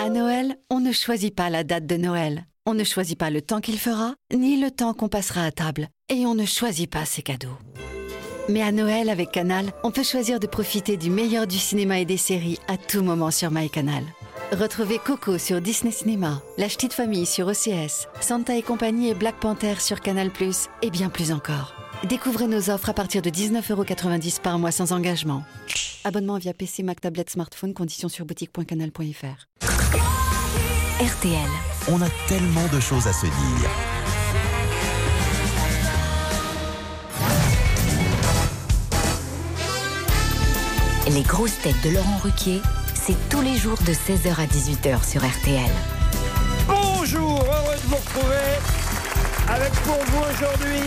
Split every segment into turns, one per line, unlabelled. À Noël, on ne choisit pas la date de Noël. On ne choisit pas le temps qu'il fera, ni le temps qu'on passera à table. Et on ne choisit pas ses cadeaux. Mais à Noël, avec Canal, on peut choisir de profiter du meilleur du cinéma et des séries à tout moment sur MyCanal. Retrouvez Coco sur Disney Cinéma, La Ch'tite Famille sur OCS, Santa et compagnie et Black Panther sur Canal+, et bien plus encore. Découvrez nos offres à partir de 19,90€ par mois sans engagement. Abonnement via PC, Mac, tablette, smartphone, conditions sur boutique.canal.fr.
RTL.
On a tellement de choses à se dire.
Les grosses têtes de Laurent Ruquier, c'est tous les jours de 16h à 18h sur RTL.
Bonjour, heureux de vous retrouver avec pour vous aujourd'hui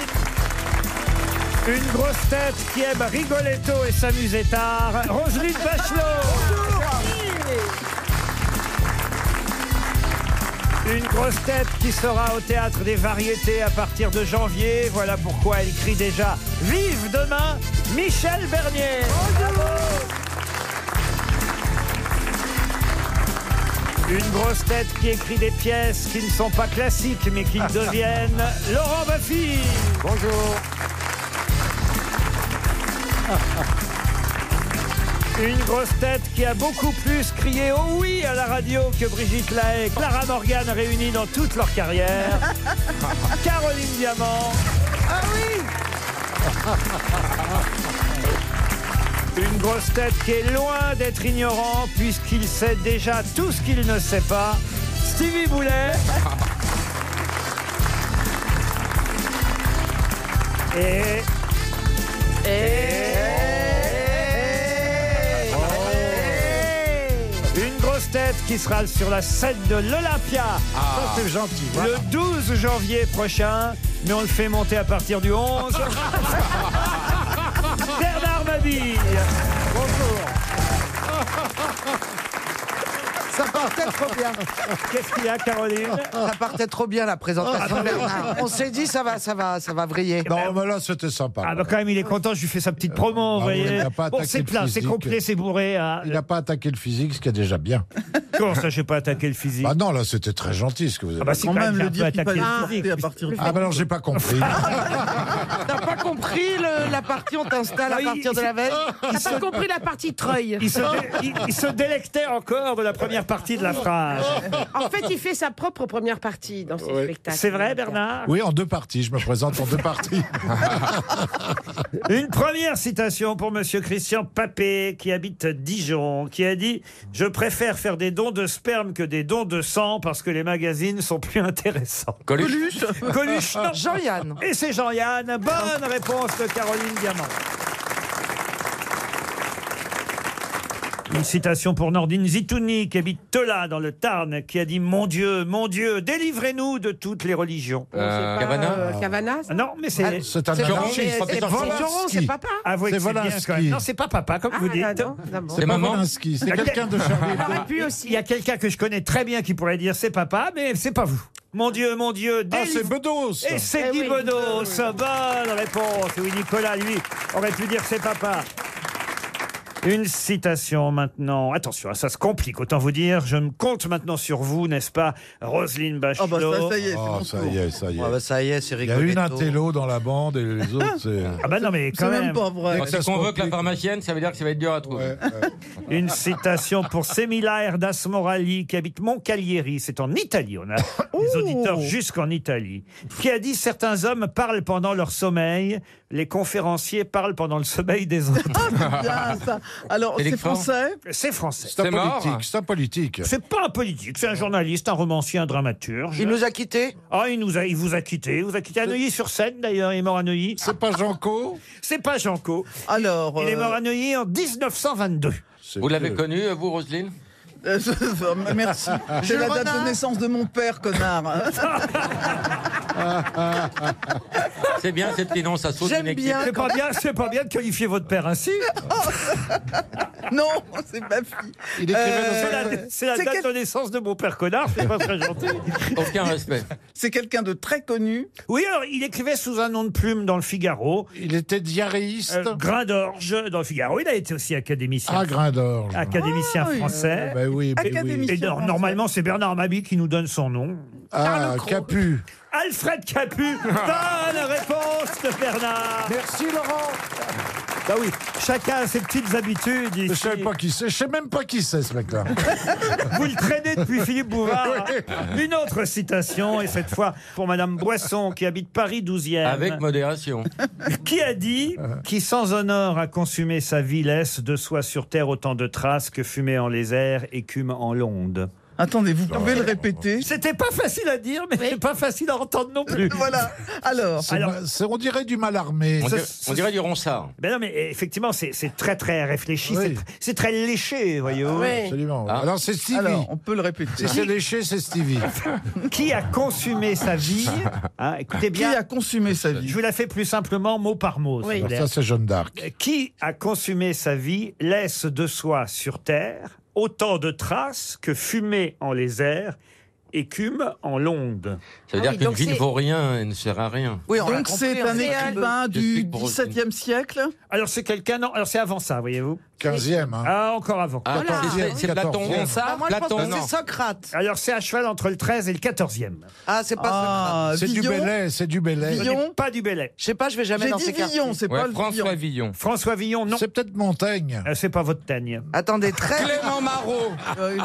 une grosse tête qui aime rigoler tôt et s'amuser tard, Roselyne Bachelot. Une grosse tête qui sera au théâtre des variétés à partir de janvier. Voilà pourquoi elle crie déjà Vive demain, Michel Bernier. Une grosse tête qui écrit des pièces qui ne sont pas classiques mais qui deviennent Laurent Baffy. Bonjour. Une grosse tête qui a beaucoup plus crié oh oui à la radio que Brigitte Lahaye, et Clara Morgan réunies dans toute leur carrière. Caroline Diamant. Ah oui Une grosse tête qui est loin d'être ignorant puisqu'il sait déjà tout ce qu'il ne sait pas. Stevie Boulet. Et... Une grosse tête qui sera sur la scène de l'Olympia.
Ça, c'est gentil, voilà.
Ah. Le 12 janvier prochain, mais on le fait monter à partir du 11. Bernard Mabille.
Ça partait trop bien.
Qu'est-ce qu'il y a, Caroline
Ça partait trop bien la présentation de Bernard. On s'est dit ça va, Ah, ça va, ça va vriller.
Non, mais là, c'était sympa. Ah
Ah bah quand même, il est content, je lui fais sa petite promo, vous
oui, il
voyez.
n'a pas
Bon,
attaqué
c'est
le
plein, c'est
physique.
complet, c'est bourré. hein.
Il n'a pas attaqué le physique, ce qui est déjà bien.
Comment ça, j'ai pas attaqué le physique
Bah non, là, c'était très gentil ce que vous avez
Ah bah
dit.
si, quand même, j'ai un peu attaqué le physique.
Ah bah alors, j'ai pas compris.
T'as pas compris le- la partie on t'installe à
Oui,
partir de la veille
T'as pas compris la partie treuil.
Il se, dé- il- il se délectait encore de la première partie de la phrase.
En fait, il fait sa propre première partie dans ses
Ouais.
spectacles.
C'est vrai, Bernard
Oui, en deux parties. Je me présente en deux parties.
Une première citation pour Monsieur Christian Papé, qui habite Dijon, qui a dit « Je préfère faire des dons de sperme que des dons de sang parce que les magazines sont plus intéressants. » Coluche Coluche, non.
Jean-Yann.
Et c'est Jean-Yann. Bonne réponse de Caroline Diamant. Une citation pour Nordine Zitouni, qui habite Tola, dans le Tarn, qui a dit « Mon Dieu, mon Dieu, délivrez-nous de toutes les religions.
Non, c'est pas,
Cavana
euh, Cavana » ça
Non, mais c'est...
Ah, C'est un
C'est Jean-Yann,
anarchiste.
c'est
c'est-
Jean-Yann.
c'est Jean-Yann, c'est papa.
Avouez
C'est
que c'est bien
Volinsky.
quand même. Non, c'est pas papa, comme vous
Ah,
dites.
non, non, bon.
C'est
Pas
maman
Volinsky, C'est quelqu'un de Charlie.
Il aurait pu
Il y
aussi.
a quelqu'un que je connais très bien qui pourrait dire c'est papa, mais c'est pas vous. Mon Dieu, mon Dieu,
Ah,
délivre-
c'est Bedos.
Et c'est
Eh
Guy
oui.
Bedos. Bonne réponse. Oui, Nicolas, lui, aurait pu dire c'est papa. Une citation maintenant. Attention, hein, ça se complique, autant vous dire. Je me compte maintenant sur vous, n'est-ce pas, Roselyne Bachelot
est,
Oh, Ah ça y est, ça y est.
Ah bah ça y est, c'est
Il y a
rigolo.
une intello dans la bande et les autres, c'est.
Ah bah non, mais
C'est
quand même.
même pas vrai.
Dès que ça
Si
se
on veut que la
complique-
pharmacienne, ça veut dire que ça va être dur à trouver.
Ouais, ouais.
Une citation pour Semila Erdas Morali, qui habite Moncalieri, c'est en Italie, on a des auditeurs jusqu'en Italie, qui a dit Certains hommes parlent pendant leur sommeil, les conférenciers parlent pendant le sommeil des autres.
Ah, Bien, ça. Alors,
c'est français
C'est français.
C'est un
C'est mort.
politique. C'est un politique.
C'est pas un politique, c'est un journaliste, un romancier, un dramaturge.
Il nous a quittés.
Ah, il nous a, il vous a quitté, il vous a quitté à Neuilly-sur-Seine d'ailleurs, il est mort à Neuilly.
C'est pas Janco
C'est pas Janco,
Alors.
il est
euh,
mort à Neuilly en 1922.
C'est
Vous l'avez
vieux.
connu, vous, Roselyne
Euh, Merci. C'est la date de naissance de mon père, connard.
C'est bien cette finance, ça saute une
J'aime
équipe.
bien.
C'est pas bien, c'est pas bien de qualifier votre père ainsi.
Non, c'est ma fille.
Il écrivait
Euh,
C'est la,
ouais.
c'est la
C'est
date
quel-
de naissance de mon père connard, c'est pas très gentil.
Aucun respect.
C'est quelqu'un de très connu.
Oui, alors il écrivait sous un nom de plume dans le Figaro,
dans- Il était diarrhéiste.
euh, Grain d'orge dans le Figaro. Il a été aussi académicien,
ah, grain d'orge.
académicien
Ah oui.
français.
Ben oui, ben oui.
Académicien.
Et non,
français.
normalement, c'est Bernard Mabi qui nous donne son nom.
Ah, Capu.
Alfred Capu, la réponse de Bernard.
Merci Laurent.
Bah oui, chacun a ses petites habitudes.
Je
ici.
savais pas qui c'est. Je sais même pas qui c'est ce mec-là.
Vous le traînez depuis Philippe Bouvard.
Oui.
Une autre citation, et cette fois pour Madame Boisson, qui habite Paris 12e.
Avec modération.
Qui a dit
Ah.
Qui sans honneur a consumé sa vie laisse de soi sur terre autant de traces que fumée en les airs, écume en l'onde
Attendez, vous pouvez le répéter.
C'était pas facile à dire, mais c'est pas facile à entendre non plus.
Voilà. Alors,
C'est
Alors-
ma- c'est- on dirait du mal armé.
On dirait,
ce-
on dirait du ronsard.
Ben non, mais effectivement, c'est c'est très très réfléchi,
Oui.
c'est- c'est très léché, voyez-vous.
Absolument.
Ah.
Alors c'est Stevie.
alors, on peut le répéter.
Si c'est léché, c'est Stevie.
Qui a consumé sa vie Hein, Écoutez
Qui
bien,
a consumé sa
je
vie
vous la fais plus simplement, mot par mot.
Oui.
ça
Alors,
vous
ça, c'est Jeanne d'Arc.
Qui a consumé sa vie laisse de soi sur terre autant de traces que fumée en les airs, écume en l'onde.
Ça veut dire
Ah oui,
qu'une
donc
vie ne
c'est-
vaut rien et ne sert à rien.
Oui, on l'a
Donc
compris,
c'est
on
un
sait.
écrivain du
J'explique pour-
XVIIe siècle.
Alors c'est quelqu'un, non, alors c'est avant ça, voyez-vous
15e. Hein.
Ah, encore avant.
Ah,
Voilà.
c'est- c'est- c'est Platon.
14e.
Ah, moi, je pense
Platon.
que c'est Socrate.
Alors c'est à cheval entre le 13 et le 14e.
Ah, c'est pas Socrate.
Ah,
C'est du
Villon.
Belay, Eh, c'est du
Ce
Belay.
Villon.
n'est Pas du Bellay.
Je sais pas, je vais jamais
J'ai
dans
dit
ces
Villon,
quartiers.
c'est pas
Ouais,
le
François
Villon.
Villon.
François Villon, non.
C'est peut-être Montaigne.
Euh, C'est pas votre teigne.
Attendez, très.
Clément Marot.
Euh,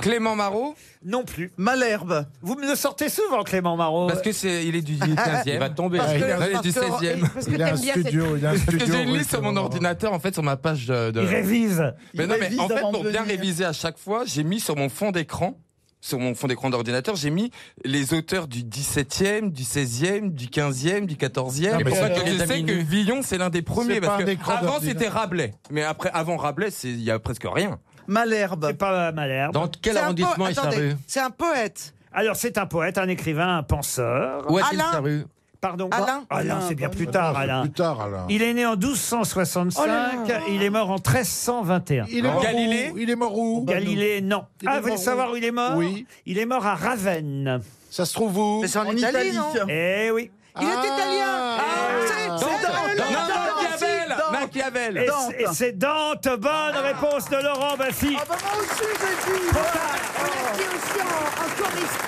Clément Marot.
Non plus.
Malherbe.
Vous me le sortez souvent, Clément Marot.
Parce que c'est, il est du 15e.
Il va tomber.
Parce que-
Non, il est du 16e.
Parce que
Il a
t'aimes
un
bien cette...
studio. Il a un
Parce
studio.
que j'ai une
oui,
liste sur
c'est
mon
bon.
ordinateur, en fait, sur ma page de. de-
Il révise.
Mais non, mais
révise
en fait,
avant de
pour bien
venir.
réviser à chaque fois, j'ai mis sur mon fond d'écran, sur mon fond d'écran d'ordinateur, j'ai mis les auteurs du 17e, du 16e, du 15e, du 14e.
Non,
C'est
mais
pour ça
c'est-
que je sais que Villon, c'est l'un des premiers.
pas
Parce
un
que
écran
avant,
d'ordinateur.
c'était Rabelais. Mais après, avant Rabelais, c'est- il y a presque rien.
C'est
Malherbe.
pas Malherbe.
Dans quel
C'est un
arrondissement
po-
est
attendez,
Saru
C'est un poète.
Alors c'est un poète, un écrivain, un penseur.
Où est-il
Alain.
Saru
Pardon.
Alain.
Alain, c'est bien plus tard,
Ah, c'est
Alain.
Plus tard, Alain.
Il est né en 1265, il est mort en 1321.
Il est mort
Galilée
où Il est mort où
Galilée, non.
Il est
Ah, vous voulez
mort où
savoir où il est mort
Oui.
Il est mort à Ravenne.
Ça se trouve où
Mais c'est en,
En
Italie,
Italie,
non
non
Eh oui.
Il est italien.
Ah,
C'est- c'est dans-
Non,
dans- dans-
Machiavel
dans-
Machiavel Ah.
Et
Dante.
c'est- et c'est Dante. Bonne réponse de Laurent Baffy.
Ah bah moi aussi, j'ai dit. Ah,
Qui est aussi en, en choriste.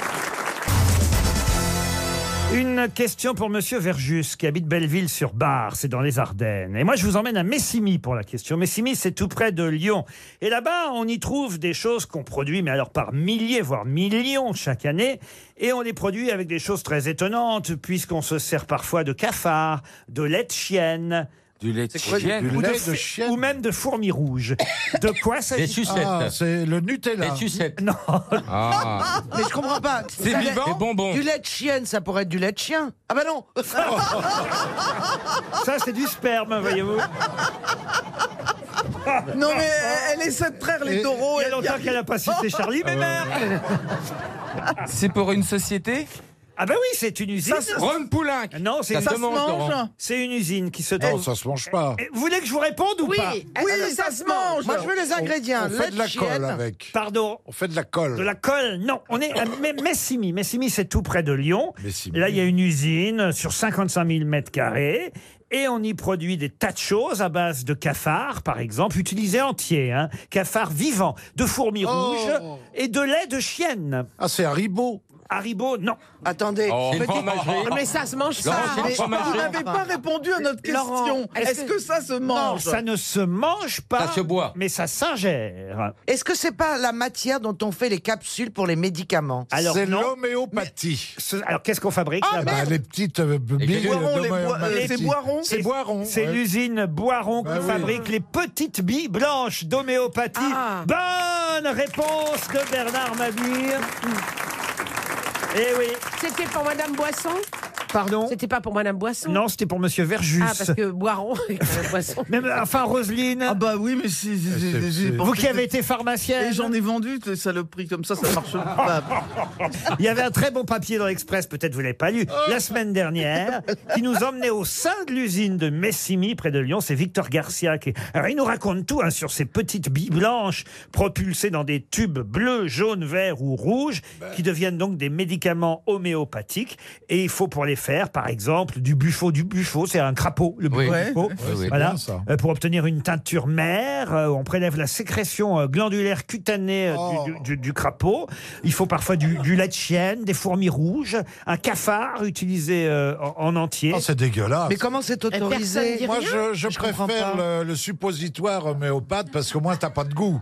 Une question pour Monsieur Verjus, qui habite Belleville-sur-Bar, c'est dans les Ardennes. Et moi, je vous emmène à Messimy pour la question. Messimy, c'est tout près de Lyon. Et là-bas, on y trouve des choses qu'on produit, mais alors par milliers, voire millions chaque année. Et on les produit avec des choses très étonnantes, puisqu'on se sert parfois de cafards, de lait de chienne,
Du lait de chienne.
Du
ou, de
lait
fi-
de chienne.
ou même de fourmis rouges. De quoi
Des
s'agit-il
Ah,
sucettes.
c'est le Nutella.
Des sucettes.
Non,
Ah.
Mais je comprends pas.
C'est vivant
Des bonbons.
Du lait de chienne, ça pourrait être du lait de chien. Ah bah non.
ça c'est du sperme, voyez-vous.
Non mais elle, elle essaie de traire les
Et-
taureaux.
Il y a
elle-
longtemps qu'elle a pas cité Charlie,
Ah
mais merde
C'est pour une société
Ah ben oui, c'est une usine. Ah
Rome Poulenc
Non, c'est
Ça
une-
Ça se
Demande,
mange
Laurent.
C'est une usine qui se
Non,
trouve.
ça se mange pas.
Eh, Vous voulez que je vous réponde ou
Oui,
pas
Oui,
alors,
ça se mange.
Moi, je veux les ingrédients.
On
Lait
fait de la colle
chienne.
avec.
Pardon.
On fait de la colle.
De la colle Non, on est à Me- Messimy. Messimy, c'est tout près de Lyon.
Messimy.
Là, il y a une usine sur 55 000 mètres carrés. Et on y produit des tas de choses à base de cafards, par exemple, utilisés entiers. Hein, cafards vivants, de fourmis
Oh.
rouges et de lait de chienne.
Ah, c'est Haribo.
Haribo, non.
Attendez.
Oh,
Petite-
fromagerie.
Mais ça se mange
Laurent,
ça.
c'est
Mais
une
vous
fromagerie.
n'avez pas répondu à notre
Laurent,
question. Est-ce que ça se
Non,
mange
ça ne se mange pas.
Ça se boit.
Mais ça s'ingère.
Est-ce que c'est pas la matière dont on fait les capsules pour les médicaments
Alors,
C'est
non.
l'homéopathie.
Ce- Alors, qu'est-ce qu'on fabrique là-bas
Bah, les petites euh, billes
Boiron, les boi- euh,
d'homéopathie.
c'est Boiron
C'est Boiron.
C'est
ouais.
l'usine Boiron qui
Bah oui.
fabrique les petites billes blanches d'homéopathie.
Ah.
Bonne réponse de Bernard Mabir. Eh oui,
C'était pour Madame Boisson
Pardon
C'était pas pour Madame Boisson
Non, c'était pour Monsieur Verjus.
Ah, parce que Boiron et Madame Boisson.
Mais, mais, enfin, Roselyne,
Ah bah oui, mais si. si- si-
c'est-
j'ai
c'est-
vous
porté-
qui avez été pharmacienne,
Et j'en ai vendu des saloperies comme ça, ça marche pas.
il y avait un très bon papier dans l'Express, peut-être vous l'avez pas lu, la semaine dernière, qui nous emmenait au sein de l'usine de Messimy, près de Lyon. C'est Victor Garcia qui. Alors, il nous raconte tout hein, sur ces petites billes blanches propulsées dans des tubes bleus, jaunes, verts ou rouges,
Ben.
qui deviennent donc des médicaments homéopathiques. Et il faut pour les faire, par exemple, du buffo, du buffo, c'est un crapaud, le
Oui.
buffo.
oui.
Voilà.
bien, ça.
Euh, Pour obtenir une teinture mère, euh, on prélève la sécrétion euh, glandulaire cutanée euh, du- du, du- du crapaud. Il faut parfois du, du lait de chienne, des fourmis rouges, un cafard utilisé euh, en, en entier.
Oh, c'est dégueulasse.
Mais comment c'est
personne dit
autorisé
Moi,
rien
je, je
comprends
préfère
pas.
le, le suppositoire homéopathe parce qu'au moins, t'as pas de goût.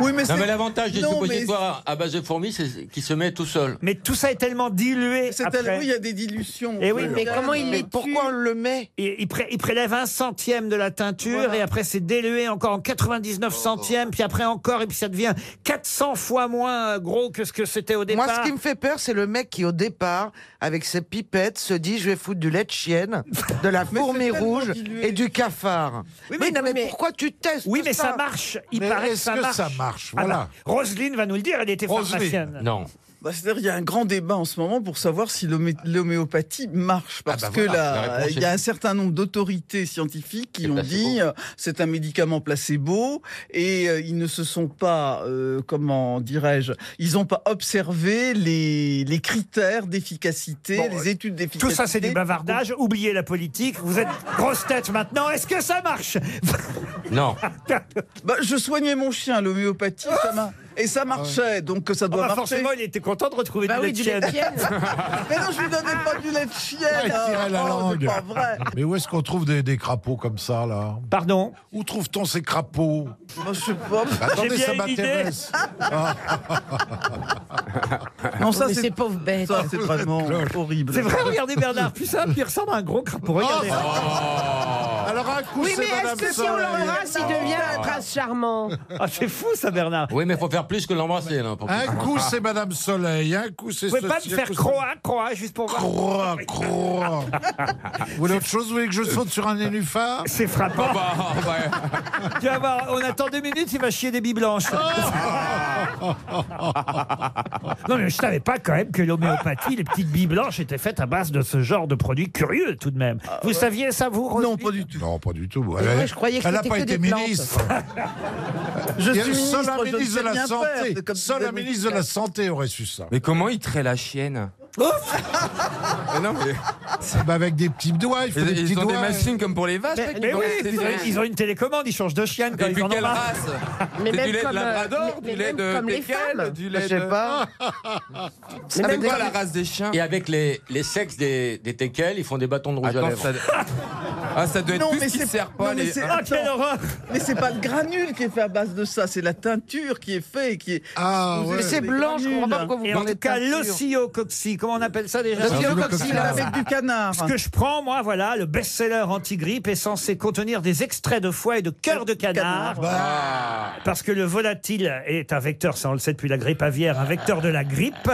Oui, mais
Non, mais
c'est.
l'avantage des
Non, mais-
suppositoires à base de fourmis, c'est qu'il se met tout seul.
Mais tout ça est tellement dilué.
c'est
après.
tellement- oui, il y a des dilutions.
Eh oui, mais
comment il
Mais
tue.
pourquoi on le met
Et il, pré- il prélève un centième de la teinture et après c'est dilué encore en 99 centièmes, puis après encore, et puis ça devient 400 fois moins euh, gros que ce que c'était au départ.
Moi, ce qui me fait peur, c'est le mec qui, au départ, avec ses pipettes, se dit je vais foutre du lait de chienne, de la fourmi
tellement
rouge
dilué.
et du cafard. Oui,
Oui, mais-
mais, non, mais,
mais-
pourquoi tu testes
Oui, mais
ça,
ça, marche. Il
Mais
paraît que
est-ce
ça
que
marche.
ça marche
Ah
Voilà.
bah, Roselyne va nous le dire, elle était
Roselyne.
pharmacienne.
Non.
Bah, C'est-à-dire qu'il y a un grand débat en ce moment pour savoir si l'homé- l'homéopathie marche. Parce
Ah. bah
que
voilà,
là,
la réponse
il
est-
y a un certain nombre d'autorités scientifiques qui
C'est
ont
placebo.
dit euh, c'est un médicament placebo et euh, ils ne se sont pas, euh, comment dirais-je, ils n'ont pas observé les, les critères d'efficacité,
Bon,
les études d'efficacité.
Tout ça, c'est du bavardage. Oubliez la politique. Vous êtes grosse tête maintenant. Est-ce que ça marche
Non.
Bah, je soignais mon chien, l'homéopathie, ça m'a- et ça marchait, donc ça
Ah
doit
bah,
marcher.
Forcément, il était content de retrouver
Bah
du
oui,
lait de
du lait de
chienne.
chienne.
Mais non, ah, je lui donnais pas du lait de chienne.
Ah, il tirait la
Oh, c'est
langue.
pas vrai.
Mais où est-ce qu'on trouve des, des crapauds comme ça, là
Pardon
Où trouve-t-on ces crapauds
Moi, je sais pas.
Attendez,
bien
ça
une idée.
m'intéresse.
Non, ça,
Mais
Ah. c'est
ces pauvres bêtes.
Ça, c'est vraiment horrible.
C'est vrai, regardez Bernard Puissat, il ressemble à un gros crapaud. Regardez.
Alors, un coup,
Oui,
c'est
mais est-ce
Ah, Madame
que si on
Soleil.
l'embrasse, il devient un prince charmant
Ah, c'est fou ça, Bernard.
Oui, mais faut faire plus que l'embrasser, là. pour-
Un coup, c'est Madame Soleil. Un coup, c'est
Vous pouvez pas me
ceci, un
faire
coup, c'est-
croire, croire, juste pour voir.
Croix, croix.
Ah,
Vous voulez autre chose Vous voulez que je saute sur un nénuphar Ah,
C'est frappant.
Bah, ouais. Oh.
Tu vas voir, on attend deux minutes, il va chier des billes blanches.
Ah.
non, mais je savais pas quand même que l'homéopathie, les petites billes blanches étaient faites à base de ce genre de produits curieux tout de même.
Ah.
vous saviez ça, vous Roselyne
Non, pas du tout.
Non, pas du tout.
Mais
Elle,
moi, je croyais que
elle a
c'était
pas
que
été
des plantes.
ministre.
Je
Il y
suis
a seul
ministre,
un
je ne
ministre
sais
de la
rien faire.
Santé.
Comme
Seul
disait
un ministre de la Santé aurait su ça.
Mais comment il traite la chienne Mais Non, mais
Bah, avec des petits doigts, il faut
ils,
des
ils
petits
ont des
doigts.
machines comme pour les vaches. là, qui
Mais
vont
oui,
rester
ils ont,
direct.
ils ont une télécommande, ils changent de chienne quand
Et
ils
puis
en ont
quelle
marre.
race
Mais
C'est
même
du lait de
comme, euh,
labrador,
mais-
du
mais
lait
même
de
comme les
teckel,
femmes.
du
Je
lait
sais
de...
pas.
C'est
même
quoi
comme-
la race des chiens
Et avec les, les sexes des, des teckels, ils font des bâtons de rouge à
Attends,
lèvres.
ça... Ah, ça doit être
Non,
tout
mais
ce qui
c'est-
sert pas.
non, mais
les-
c'est-
Ah, quelle horreur
Mais c'est pas le granule qui est fait à base de ça, c'est la teinture qui est faite et qui est.
Ah,
Vous
ouais.
Mais c'est
des
blanc, je comprends pas
granules.
pourquoi vous
Et en
parlez
tout
de
cas,
teinture.
l'ocyococci, comment on appelle ça déjà
C'est
le
le coccyl
coccyl.
avec du canard.
Ce que je prends, moi, voilà, le best-seller anti-grippe est censé contenir des extraits de foie et de cœur de
Bah,
canard. Parce que le volatile est un vecteur, ça on le sait depuis la grippe aviaire, un vecteur de la grippe.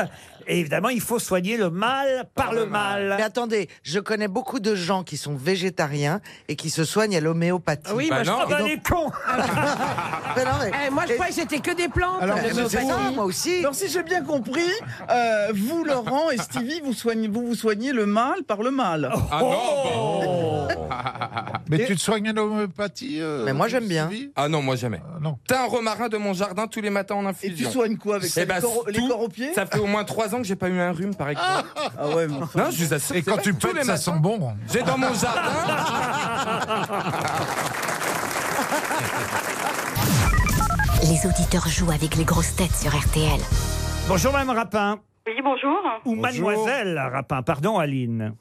Et évidemment, il faut soigner le mal par, le mal.
Mais attendez, je connais beaucoup de gens qui sont végétariens et qui se soignent à l'homéopathie.
Ah oui,
Bah
moi, je
non.
Ah bah,
crois-
les cons
Mais non, mais-
Eh, moi, je
Et-
croyais que c'était que des plantes. hein,
Alors, eh ben,
le
mais
Ah, C'est
homéopathie.
ça, moi aussi.
Alors Ah, bah, si j'ai bien compris, euh, vous Laurent et Stevie, vous soignez, vous, vous soignez le mal par le mal.
Ah non,
Oh.
Oh
bon.
Mais tu te soignes une homéopathie euh,
Mais moi, j'aime bien.
Sylvie
Ah non, moi jamais.
Ah, Non.
T'as un romarin de mon jardin tous les matins en
Et tu
infusion.
soignes quoi avec ça,
Eh ben,
les, corps, les
tout-
corps aux pieds
Ça fait au moins trois ans que j'ai pas eu un rhume, par exemple.
Ah ouais. mais-
non, je vous assure.
Et
c'est
quand
vrai,
tu
tous les
pètes, ça
matins,
sent bon.
J'ai dans mon jardin.
Les auditeurs jouent avec les grosses têtes sur RTL.
Bonjour, Mme Rapin.
Oui, bonjour.
Ou Mademoiselle Rapin, pardon, Aline.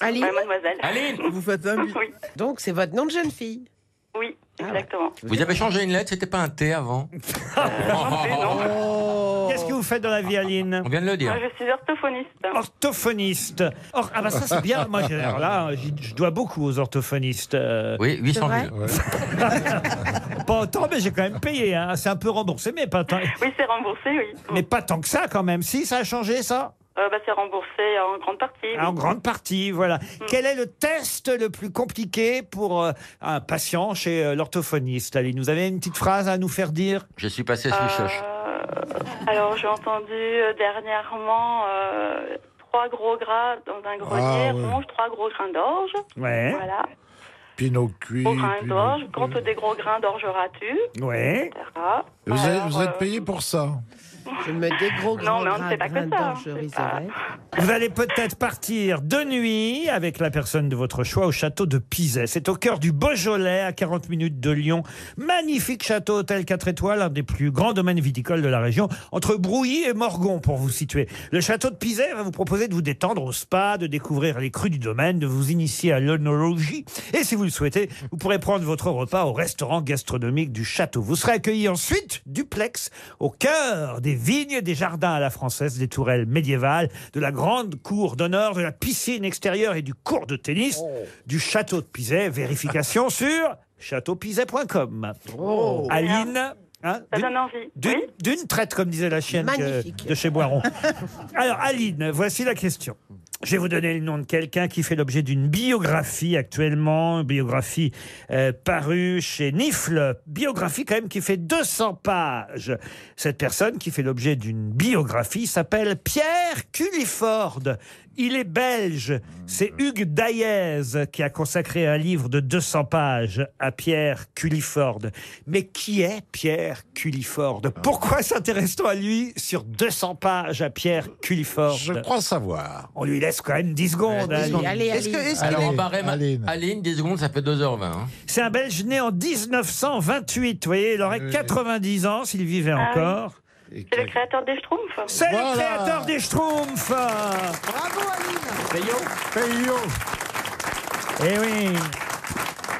Aline,
Euh, mademoiselle.
Aline,
Vous faites un.
Oui,
donc c'est votre nom de jeune fille. Ah
oui, exactement.
vous avez changé une lettre, c'était pas un thé avant.
Qu'est-ce que vous faites dans la
Oh.
vie,
Ah,
Aline
On vient de le dire.
Moi, je suis orthophoniste.
Orthophoniste. Or, ah bah ça c'est bien. Moi, j'ai- alors là, j'y- je dois beaucoup aux orthophonistes. Euh,
Oui, 800
C'est
000.
Pas autant, mais j'ai quand même payé. hein. C'est un peu remboursé, mais pas tant.
Oui, c'est remboursé, oui.
Mais pas tant que ça, quand même. Si, ça a changé, ça
Euh, bah, c'est remboursé en grande partie. oui. Mm.
En grande partie, voilà. Quel est le test le plus compliqué pour euh, un patient chez euh, l'orthophoniste Allez, nous avez une petite phrase à nous faire dire
Je suis passé sous
Euh,
choche.
Alors, j'ai entendu euh, dernièrement euh, trois gros gras dans un
Ah,
grenier,
ouais.
mange trois gros grains d'orge.
Ouais.
Voilà.
Pinot cuit.
Gros grains
pinot-
d'orge. Quand des gros grains d'orge auras-tu
Ouais.
etc.
Et Vous êtes, vous
Alors, euh,
êtes payé pour ça.
Je me des gros
Non,
grands
mais on ne
grains,
sait pas
grains
que ça.
d'orge,
on sait
riz
pas.
avec.
Ah,
Vous allez peut-être partir de nuit avec la personne de votre choix au château de Pizet. C'est au cœur du Beaujolais, à 40 minutes de Lyon. Magnifique château, hôtel 4 étoiles, un des plus grands domaines viticoles de la région, entre Brouilly et Morgon, pour vous situer. Le château de Pizet va vous proposer de vous détendre au spa, de découvrir les crus du domaine, de vous initier à l'onologie. Et si vous le souhaitez, vous pourrez prendre votre repas au restaurant gastronomique du château. Vous serez accueilli ensuite, duplex, au cœur des vignes et des jardins à la française, des tourelles médiévales, de la grande cour d'honneur, de la piscine extérieure et du cours de tennis du château de Pizet. Vérification sur châteaupizet.com.
Oh.
Aline hein,
Ça
d'une-
donne envie.
d'une d'une traite, comme disait la chienne que-
Magnifique.
de chez Boiron. Alors, Aline, voici la question. Je vais vous donner le nom de quelqu'un qui fait l'objet d'une biographie actuellement, une biographie euh, parue chez Nifle, biographie quand même qui fait 200 pages. Cette personne qui fait l'objet d'une biographie s'appelle Pierre Culliford. Il est belge. C'est Hugues Daillez qui a consacré un livre de 200 pages à Pierre Culliford. Mais qui est Pierre Culliford
Ah.
Pourquoi s'intéresse-t-on à lui sur 200 pages à Pierre Culliford Je
crois savoir.
On lui laisse quand même 10 secondes. hein.
Est-ce que- est-ce qu'il Alors, en barème, Aline. 10 secondes, ça fait 2h20. hein.
C'est un Belge né en 1928. Vous voyez, il aurait 90 ans s'il vivait
Ah oui.
encore.
C'est le créateur des Schtroumpfs.
C'est le créateur des Schtroumpfs
Bravo, Aline
Payo
Eh oui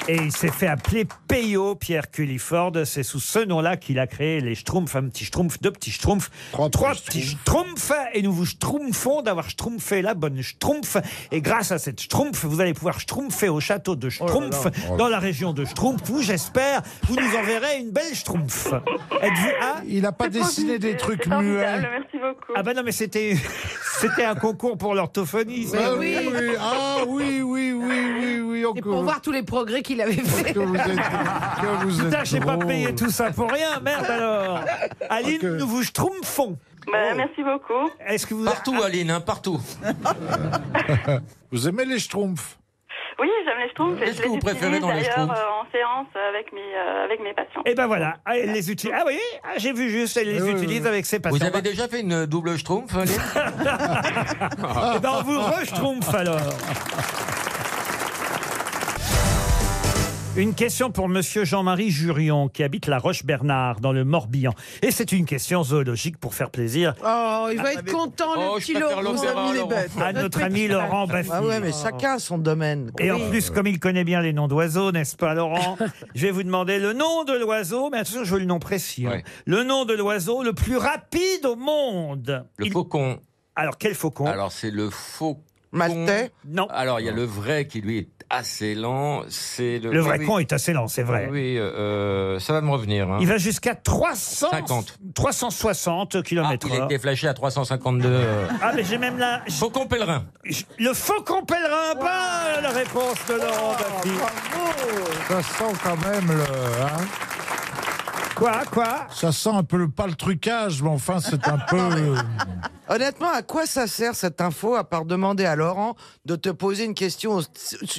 et il s'est fait appeler Peyo Pierre Culliford. C'est sous ce nom-là qu'il a créé les Schtroumpfs, un petit Schtroumpf, deux petits Schtroumpfs, trois, petits Schtroumpfs. Et nous vous Schtroumpfons d'avoir Schtroumpfé la bonne Schtroumpf. Et grâce à cette Schtroumpf, vous allez pouvoir Schtroumpfer au château de Schtroumpf, dans la région de Schtroumpf, où j'espère vous nous enverrez une belle Schtroumpf. Êtes-vous à
Il n'a pas dessiné des trucs muets.
Merci beaucoup.
Ah ben non, mais c'était c'était un concours pour l'orthophonie. ça.
Ah oui, oui, ah oui, oui, oui, oui, oui.
Et pour voir tous les progrès qu'il avait fait.
Putain, j'ai pas payé tout ça pour rien, merde alors.
Ah,
Aline, nous vous schtroumpfons.
Bah, Merci beaucoup.
Est-ce que vous
Partout, Aline, hein, partout.
Vous aimez les schtroumpfs
Oui, j'aime les Schtroumpfs. et
Qu'est-ce
je
que vous
les
préférez
utilise
dans les
d'ailleurs,
Schtroumpfs
euh, en séance avec mes, euh, avec mes patients.
Eh ben voilà, ah, elle les utilise. Ah oui, ah, j'ai vu juste, elle les utilise avec ses patients.
Vous avez déjà fait une double schtroumpf, Aline
Eh ben on vous re-schtroumpf alors. Une question pour Monsieur Jean-Marie Jurion, qui habite la Roche-Bernard, dans le Morbihan. Et c'est une question zoologique pour faire plaisir
Oh, il va être content, le petit Laurent.
à notre ami Laurent Baffy.
Ah ouais, mais chacun a son domaine.
Et en
Euh.
plus, comme il connaît bien les noms d'oiseaux, n'est-ce pas, Laurent Je vais vous demander le nom de l'oiseau, mais attention, je veux le nom précis. hein. Le nom de l'oiseau le plus rapide au monde.
Le faucon.
Alors, quel faucon
Alors, c'est le faucon.
Maltais Non.
Alors, il y a le vrai qui, lui, est assez lent. C'est le...
Le vrai
oui, oui.
con est assez lent, c'est vrai.
Oui, euh, ça va me revenir. hein.
Il va jusqu'à 300,
50.
360 km
Il a été flashé à 352. euh.
Ah, mais j'ai même la...
Faucon pèlerin.
Le faucon pèlerin, pas la réponse de Laurent Baffy.
Ça sent quand même le. hein.
Quoi, quoi
Ça sent un peu le, pas le trucage, mais enfin, c'est un peu.
Ah Honnêtement, à quoi ça sert cette info à part demander à Laurent de te poser une question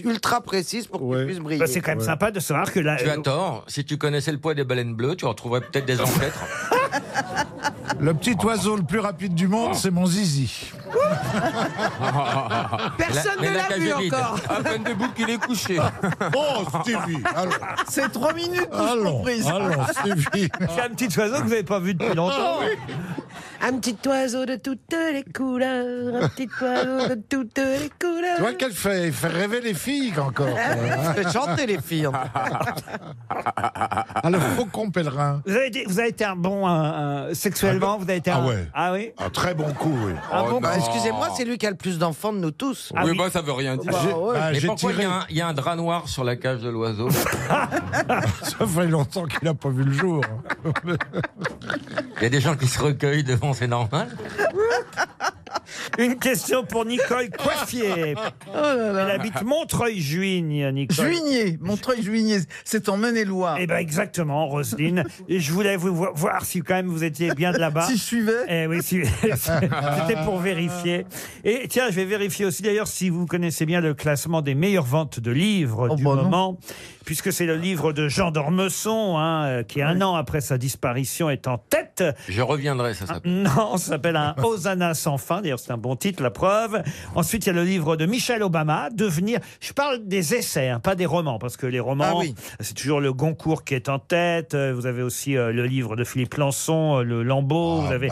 ultra précise pour que tu puisses briller
Bah, c'est quand même sympa de savoir que là... euh,
Tu as tort. Si tu connaissais le poids des baleines bleues, tu en trouverais peut-être des ancêtres.
Le petit oiseau le plus rapide du monde, c'est mon zizi.
Personne
Mais
ne l'a
cage
vu
est vide.
encore.
À peine debout qu'il est couché.
Oh, Stevie
C'est trois minutes
touche comprise.
C'est un petit oiseau que vous n'avez pas vu depuis
Ah
longtemps.
Oh, Un petit oiseau de toutes les couleurs, un petit oiseau de toutes les
Tu vois
couleurs.
qu'elle fait, elle fait rêver les filles encore. hein.
Elle fait chanter les filles, en fait.
Ah, le faucon pèlerin.
Vous avez, été- vous avez été un bon euh, euh, sexuellement, vous avez été un,
Ah ouais.
ah oui,
Un très bon coup, oui.
Ah bon, bah,
Excusez-moi, c'est lui qui a le plus d'enfants de nous tous.
Oh
Ah
oui, bah, ça veut rien dire.
Bah, ouais. Bah,
mais
j'ai
pourquoi il y,
tiré.
a un- il y a un drap noir sur la cage de l'oiseau
Ça fait longtemps qu'il n'a pas vu le jour.
Il y a des gens qui se recueillent devant, c'est normal.
Une question pour Nicole Coiffier.
Oh
Elle habite Montreuil-Juigne, Nicole.
Juigné, Montreuil-Juigné, c'est en Maine-et-Loire.
Eh ben exactement, Roselyne. Et je voulais vous vo- voir si quand même vous étiez bien de là-bas.
Si je suivais.
Eh oui, si- c'était pour vérifier. Et tiens, je vais vérifier aussi d'ailleurs si vous connaissez bien le classement des meilleures ventes de livres du moment, puisque c'est le livre de Jean d'Ormesson, hein, euh, qui un an après sa disparition est en tête.
Je reviendrai, ça s'appelle.
Non, ça s'appelle un Hosanna sans fin. D'ailleurs, c'est un bon titre, la preuve. Ensuite, il y a le livre de Michelle Obama, Devenir. Je parle des essais, hein, pas des romans, parce que les romans,
Ah oui.
c'est toujours le Goncourt qui est en tête. Euh, Vous avez aussi euh, le livre de Philippe Lançon, euh, le Lambeau.
Ah,
vous avez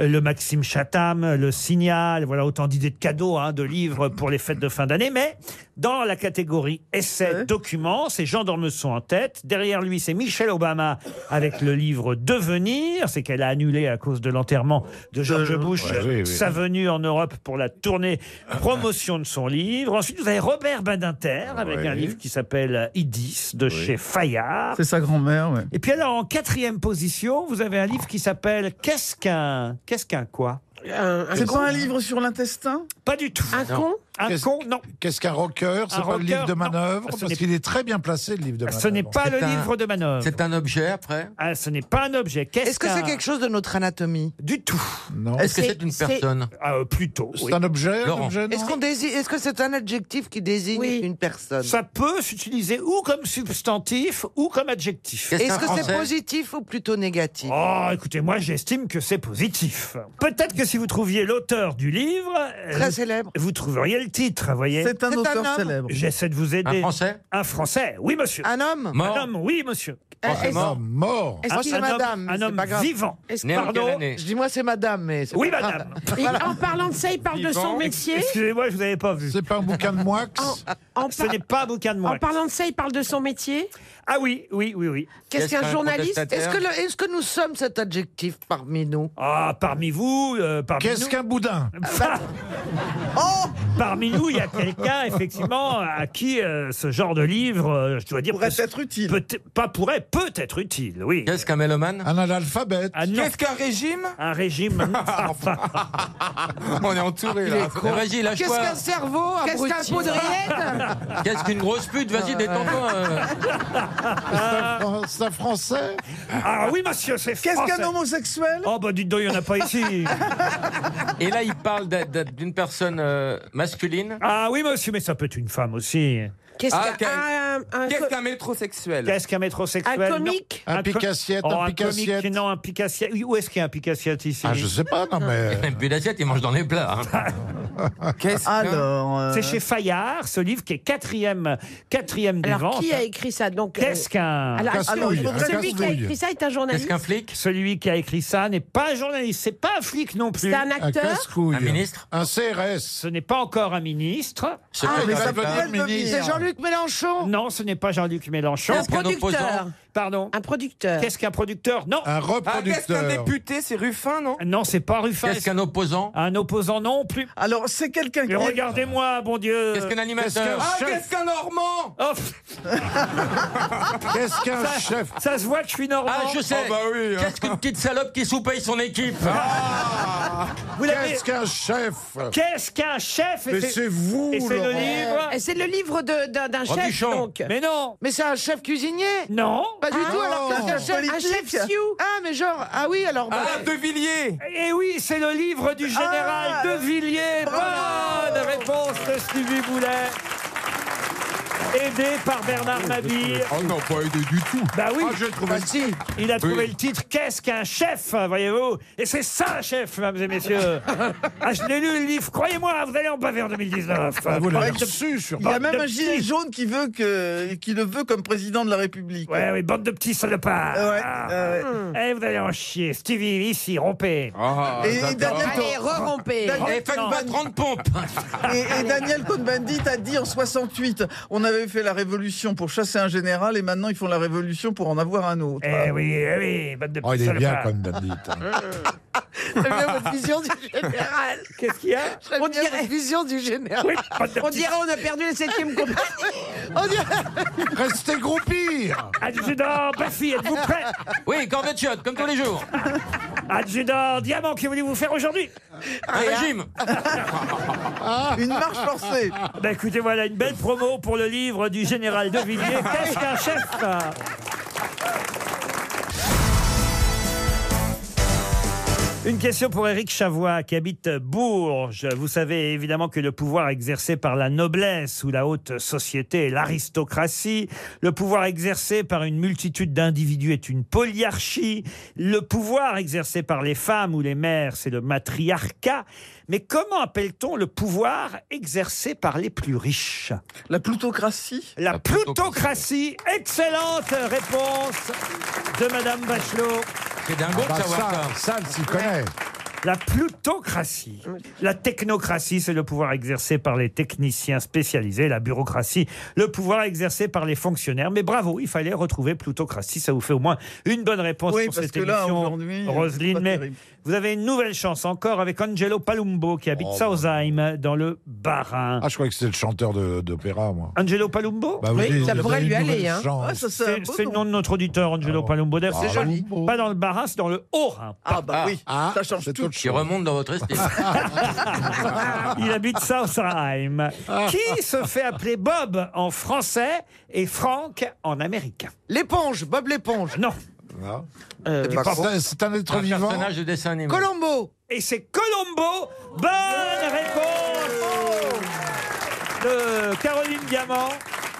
euh, le Maxime Chatham, euh, le Signal. Voilà autant d'idées de cadeaux, hein, de livres pour les fêtes de fin d'année. Mais dans la catégorie essais, documents, c'est Jean Dormesson en tête. Derrière lui, c'est Michelle Obama avec le livre Devenir. C'est qu'elle a annulé à cause de l'enterrement de George Bush
ouais, oui, oui.
sa venue en Europe pour la tournée promotion de son livre. Ensuite, vous avez Robert Badinter avec
Ouais.
un livre qui s'appelle Idis de chez Fayard.
C'est sa grand-mère, ouais.
Et puis alors, en quatrième position, vous avez un livre qui s'appelle Qu'est-ce qu'un... Qu'est-ce qu'un quoi
C'est quoi un livre sur l'intestin
Pas du tout.
Un
Non. con Un con, non.
Qu'est-ce qu'un rocker C'est
Un
pas le livre
rocker,
de
non.
manœuvre
Ce
Parce
n'est-
qu'il est très bien placé, le livre de manœuvre.
Ce n'est pas le
C'est un-
livre de manœuvre. C'est un objet après ah, Ce n'est pas un objet. Qu'est-ce
Est-ce que c'est quelque chose de notre anatomie
Du tout.
Non.
Est-ce que C'est- c'est une c'est- personne
Ah, euh, Plutôt.
C'est
oui.
un objet, un objet, non
Est-ce qu'on dési- Est-ce que c'est un adjectif qui désigne une personne
Ça peut s'utiliser ou comme substantif ou comme adjectif.
Est-ce que c'est positif ou plutôt négatif
Oh, écoutez, moi j'estime que c'est positif. Peut-être que si vous trouviez l'auteur du livre,
Très
euh,
célèbre.
vous trouveriez le titre, voyez.
C'est un C'est un auteur homme célèbre.
J'essaie de vous aider.
Un Français
Un français, oui monsieur.
Un homme
Mort
Un homme, oui monsieur.
Euh, est-ce- Mort. Ah,
mort.
Moi, c'est
Ah, Un homme-
madame, mais
Un
c'est
homme
pas grave.
vivant. Pardon
Je dis moi c'est madame, mais c'est
Oui,
pas
madame.
grave.
Et en parlant de ça, il parle de son
Vivant.
métier.
Excusez-moi, je vous avais pas vu.
C'est pas un bouquin de Moix
Ce n'est pas un bouquin de
En
moi.
parlant de ça, il parle de son métier.
Ah oui, oui, oui, oui.
Qu'est-ce qu'un journaliste
Est-ce que, le- est-ce que nous sommes cet adjectif parmi nous Ah,
Ah, parmi vous, euh, parmi
Qu'est-ce
nous.
qu'un boudin
Ah, bah,
bah, Oh,
Parmi nous, il y a quelqu'un, effectivement, à qui euh, ce genre de livre, euh, je dois dire. Pourrait
être utile.
pas pourrait, peut être utile, oui.
Qu'est-ce qu'un mélomane
Un analphabète
Ah non,
Qu'est-ce qu'un régime
un régime.
On est entouré
euh,
là. Vas-y,
Qu'est-ce
lâche-toi.
qu'un cerveau
Qu'est-ce
abruti
qu'un pot de rillettes
Qu'est-ce qu'une grosse pute
Ah,
Vas-y, détends-toi. euh.
C'est un français
ah oui, monsieur, c'est
Qu'est-ce
français.
qu'un homosexuel
Oh, bah, dites donc, il n'y en a pas ici.
Et là, il parle d'a- d'a- d'une personne euh, masculine.
Ah oui, monsieur, mais ça peut être une femme aussi.
Qu'est-ce
Ah,
qu'un un- un-
Qu'est-ce qu'un métrosexuel
Qu'est-ce qu'un métrosexuel
un
Non.
comique
Un
co-
picassiette,
Oh,
un
un
picassiette.
comique, non, un picassiette. Oui, Où est-ce qu'il y a un picassiette ici
Ah, je sais pas, non, mais.
Et puis l'assiette, il mange dans les plats.
hein. Qu'est-ce qu'un-
Alors. euh,
C'est chez Fayard, ce livre qui est quatrième, quatrième des
Alors,
ventes.
qui a écrit ça Donc, euh,
Qu'est-ce qu'un
alors,
Casse-nouille,
celui-
un
Celui qui a
casse-nouille.
écrit ça est un
qu'est-ce
journaliste.
qu'un flic
Celui qui a écrit ça n'est pas un journaliste, c'est pas un flic non plus.
C'est un
Un
acteur.
casse-couille.
Un ministre
Un CRS.
Ce n'est pas encore un ministre.
C'est
Ah,
pas
mais
un
ça peut
acteur.
être le
C'est
ministre.
Jean-Luc Mélenchon
Non, ce n'est pas Jean-Luc Mélenchon.
Un
Qu'est-ce qu'un
producteur.
opposant
Pardon.
Un producteur.
Qu'est-ce qu'un producteur Non.
Un
Ah, qu'est-ce qu'un
reproducteur.
député C'est Ruffin, non
Non, c'est pas Ruffin.
Qu'est-ce qu'un opposant
Un opposant non plus.
Alors, c'est quelqu'un qui.
Mais
est-
regardez-moi, bon Dieu.
Qu'est-ce qu'un
qu'un
animateur
Ah,
chef
qu'est-ce qu'un Normand
Oh, pff,
Qu'est-ce qu'un chef
ça se voit que je suis normand.
Ah, je sais.
bah oui, hein.
Qu'est-ce qu'une petite salope qui sous-paye son équipe
Ah. Vous l'avez-
Qu'est-ce qu'un chef
Qu'est-ce qu'un chef Et
Mais
c'est-
c'est vous,
Et c'est le
Laurent.
livre.
Et c'est le livre de- d'un d'un chef,
Robichon.
donc.
Mais non.
Mais c'est un chef cuisinier
Non.
Pas du
Ah
tout, alors que c'est un chef...
Un chef Sioux.
Ah, mais genre, ah oui, alors... bah,
Ah, De Villiers
Eh oui, c'est le livre du général
Ah
de Villiers. Bonne réponse de Stevie Boulet. Aidé par Bernard Mabille.
Oh non, pas aidé du tout.
Bah oui,
Ah, je trouve
bah si.
il a trouvé
Oui.
le titre Qu'est-ce qu'un chef Voyez-vous Et c'est ça un chef, mesdames et messieurs. ah, je l'ai lu le livre, croyez-moi, vous allez en bavir en 2019.
Ah, vous l'avez
Bande de-
reçu, sur
Il y a
Bande de
même un
petits.
gilet jaune qui veut que qui le veut comme président de la République.
Ouais, oui, bande de petits salopards.
Euh, ouais, euh,
Eh, vous allez en chier. Stevie, ici, rompez.
Ah,
Et, et Daniel,
Allez, re-rompez.
Daniel-
Et faites pas 30 pompes
Ah.
et- et Daniel Cohn-Bendit a dit en 68, on avait fait la révolution pour chasser un général et maintenant ils font la révolution pour en avoir un autre.
Eh oui, eh oui, bande de petits
Oh, il est bien,
salopards.
comme David. hein.
J'aime bien votre vision du général.
Qu'est-ce qu'il y a
J'aime
On
bien
dirait-
votre vision du général.
Oui, bande de
On
petits
dirait on a perdu la septième compagnie.
Restez groupir
Ah, Adjudant, Baffy, êtes-vous prêt
Oui, corvette chiotte, comme tous les jours.
Adjudant, diamant, que voulez-vous faire aujourd'hui
Un régime
Une marche forcée Bah écoutez, voilà une belle promo pour le livre du général de Villiers, Qu'est-ce qu'un chef Une question pour Éric Chavois qui habite Bourges. Vous savez évidemment que le pouvoir exercé par la noblesse ou la haute société est l'aristocratie. Le pouvoir exercé par une multitude d'individus est une polyarchie. Le pouvoir exercé par les femmes ou les mères, c'est le matriarcat. Mais comment appelle-t-on le pouvoir exercé par les plus riches
La plutocratie
La plutocratie Excellente réponse de Madame Bachelot.
C'est dingo
Ah bah de savoir ça, ça. ça, elle s'y connaît.
La plutocratie. La technocratie, c'est le pouvoir exercé par les techniciens spécialisés. La bureaucratie, le pouvoir exercé par les fonctionnaires. Mais bravo, il fallait retrouver plutocratie. Ça vous fait au moins une bonne réponse
Oui,
pour
parce
cette
que là,
émission,
aujourd'hui, euh,
Roselyne.
c'est pas
Mais
terrible.
vous avez une nouvelle chance encore avec Angelo Palumbo qui
Oh,
habite Sausheim dans le Bas-Rhin.
bah. Ah, je croyais que c'était le chanteur de- d'opéra, moi.
Angelo Palumbo
Bah, vous Oui, avez- ça vous pourrait avez lui une aller, nouvelle hein. chance.
C'est c'est le nom de notre auditeur, Angelo Palumbo. D'ailleurs,
C'est
pas-
joli.
Pas dans le Bas-Rhin, c'est dans le Haut-Rhin.
bah, Ah bah oui, ça change tout.
Qui remonte dans votre esprit.
Il habite Southheim.
Ah.
Qui se fait appeler Bob en français et Frank en américain L'éponge, Bob l'éponge. Non.
Euh,
C'est pas con. Ah. Euh, C'est- c'est un être Un vivant personnage de dessin animé.
Colombo. Et c'est Colombo. Bonne réponse de Caroline Diamant.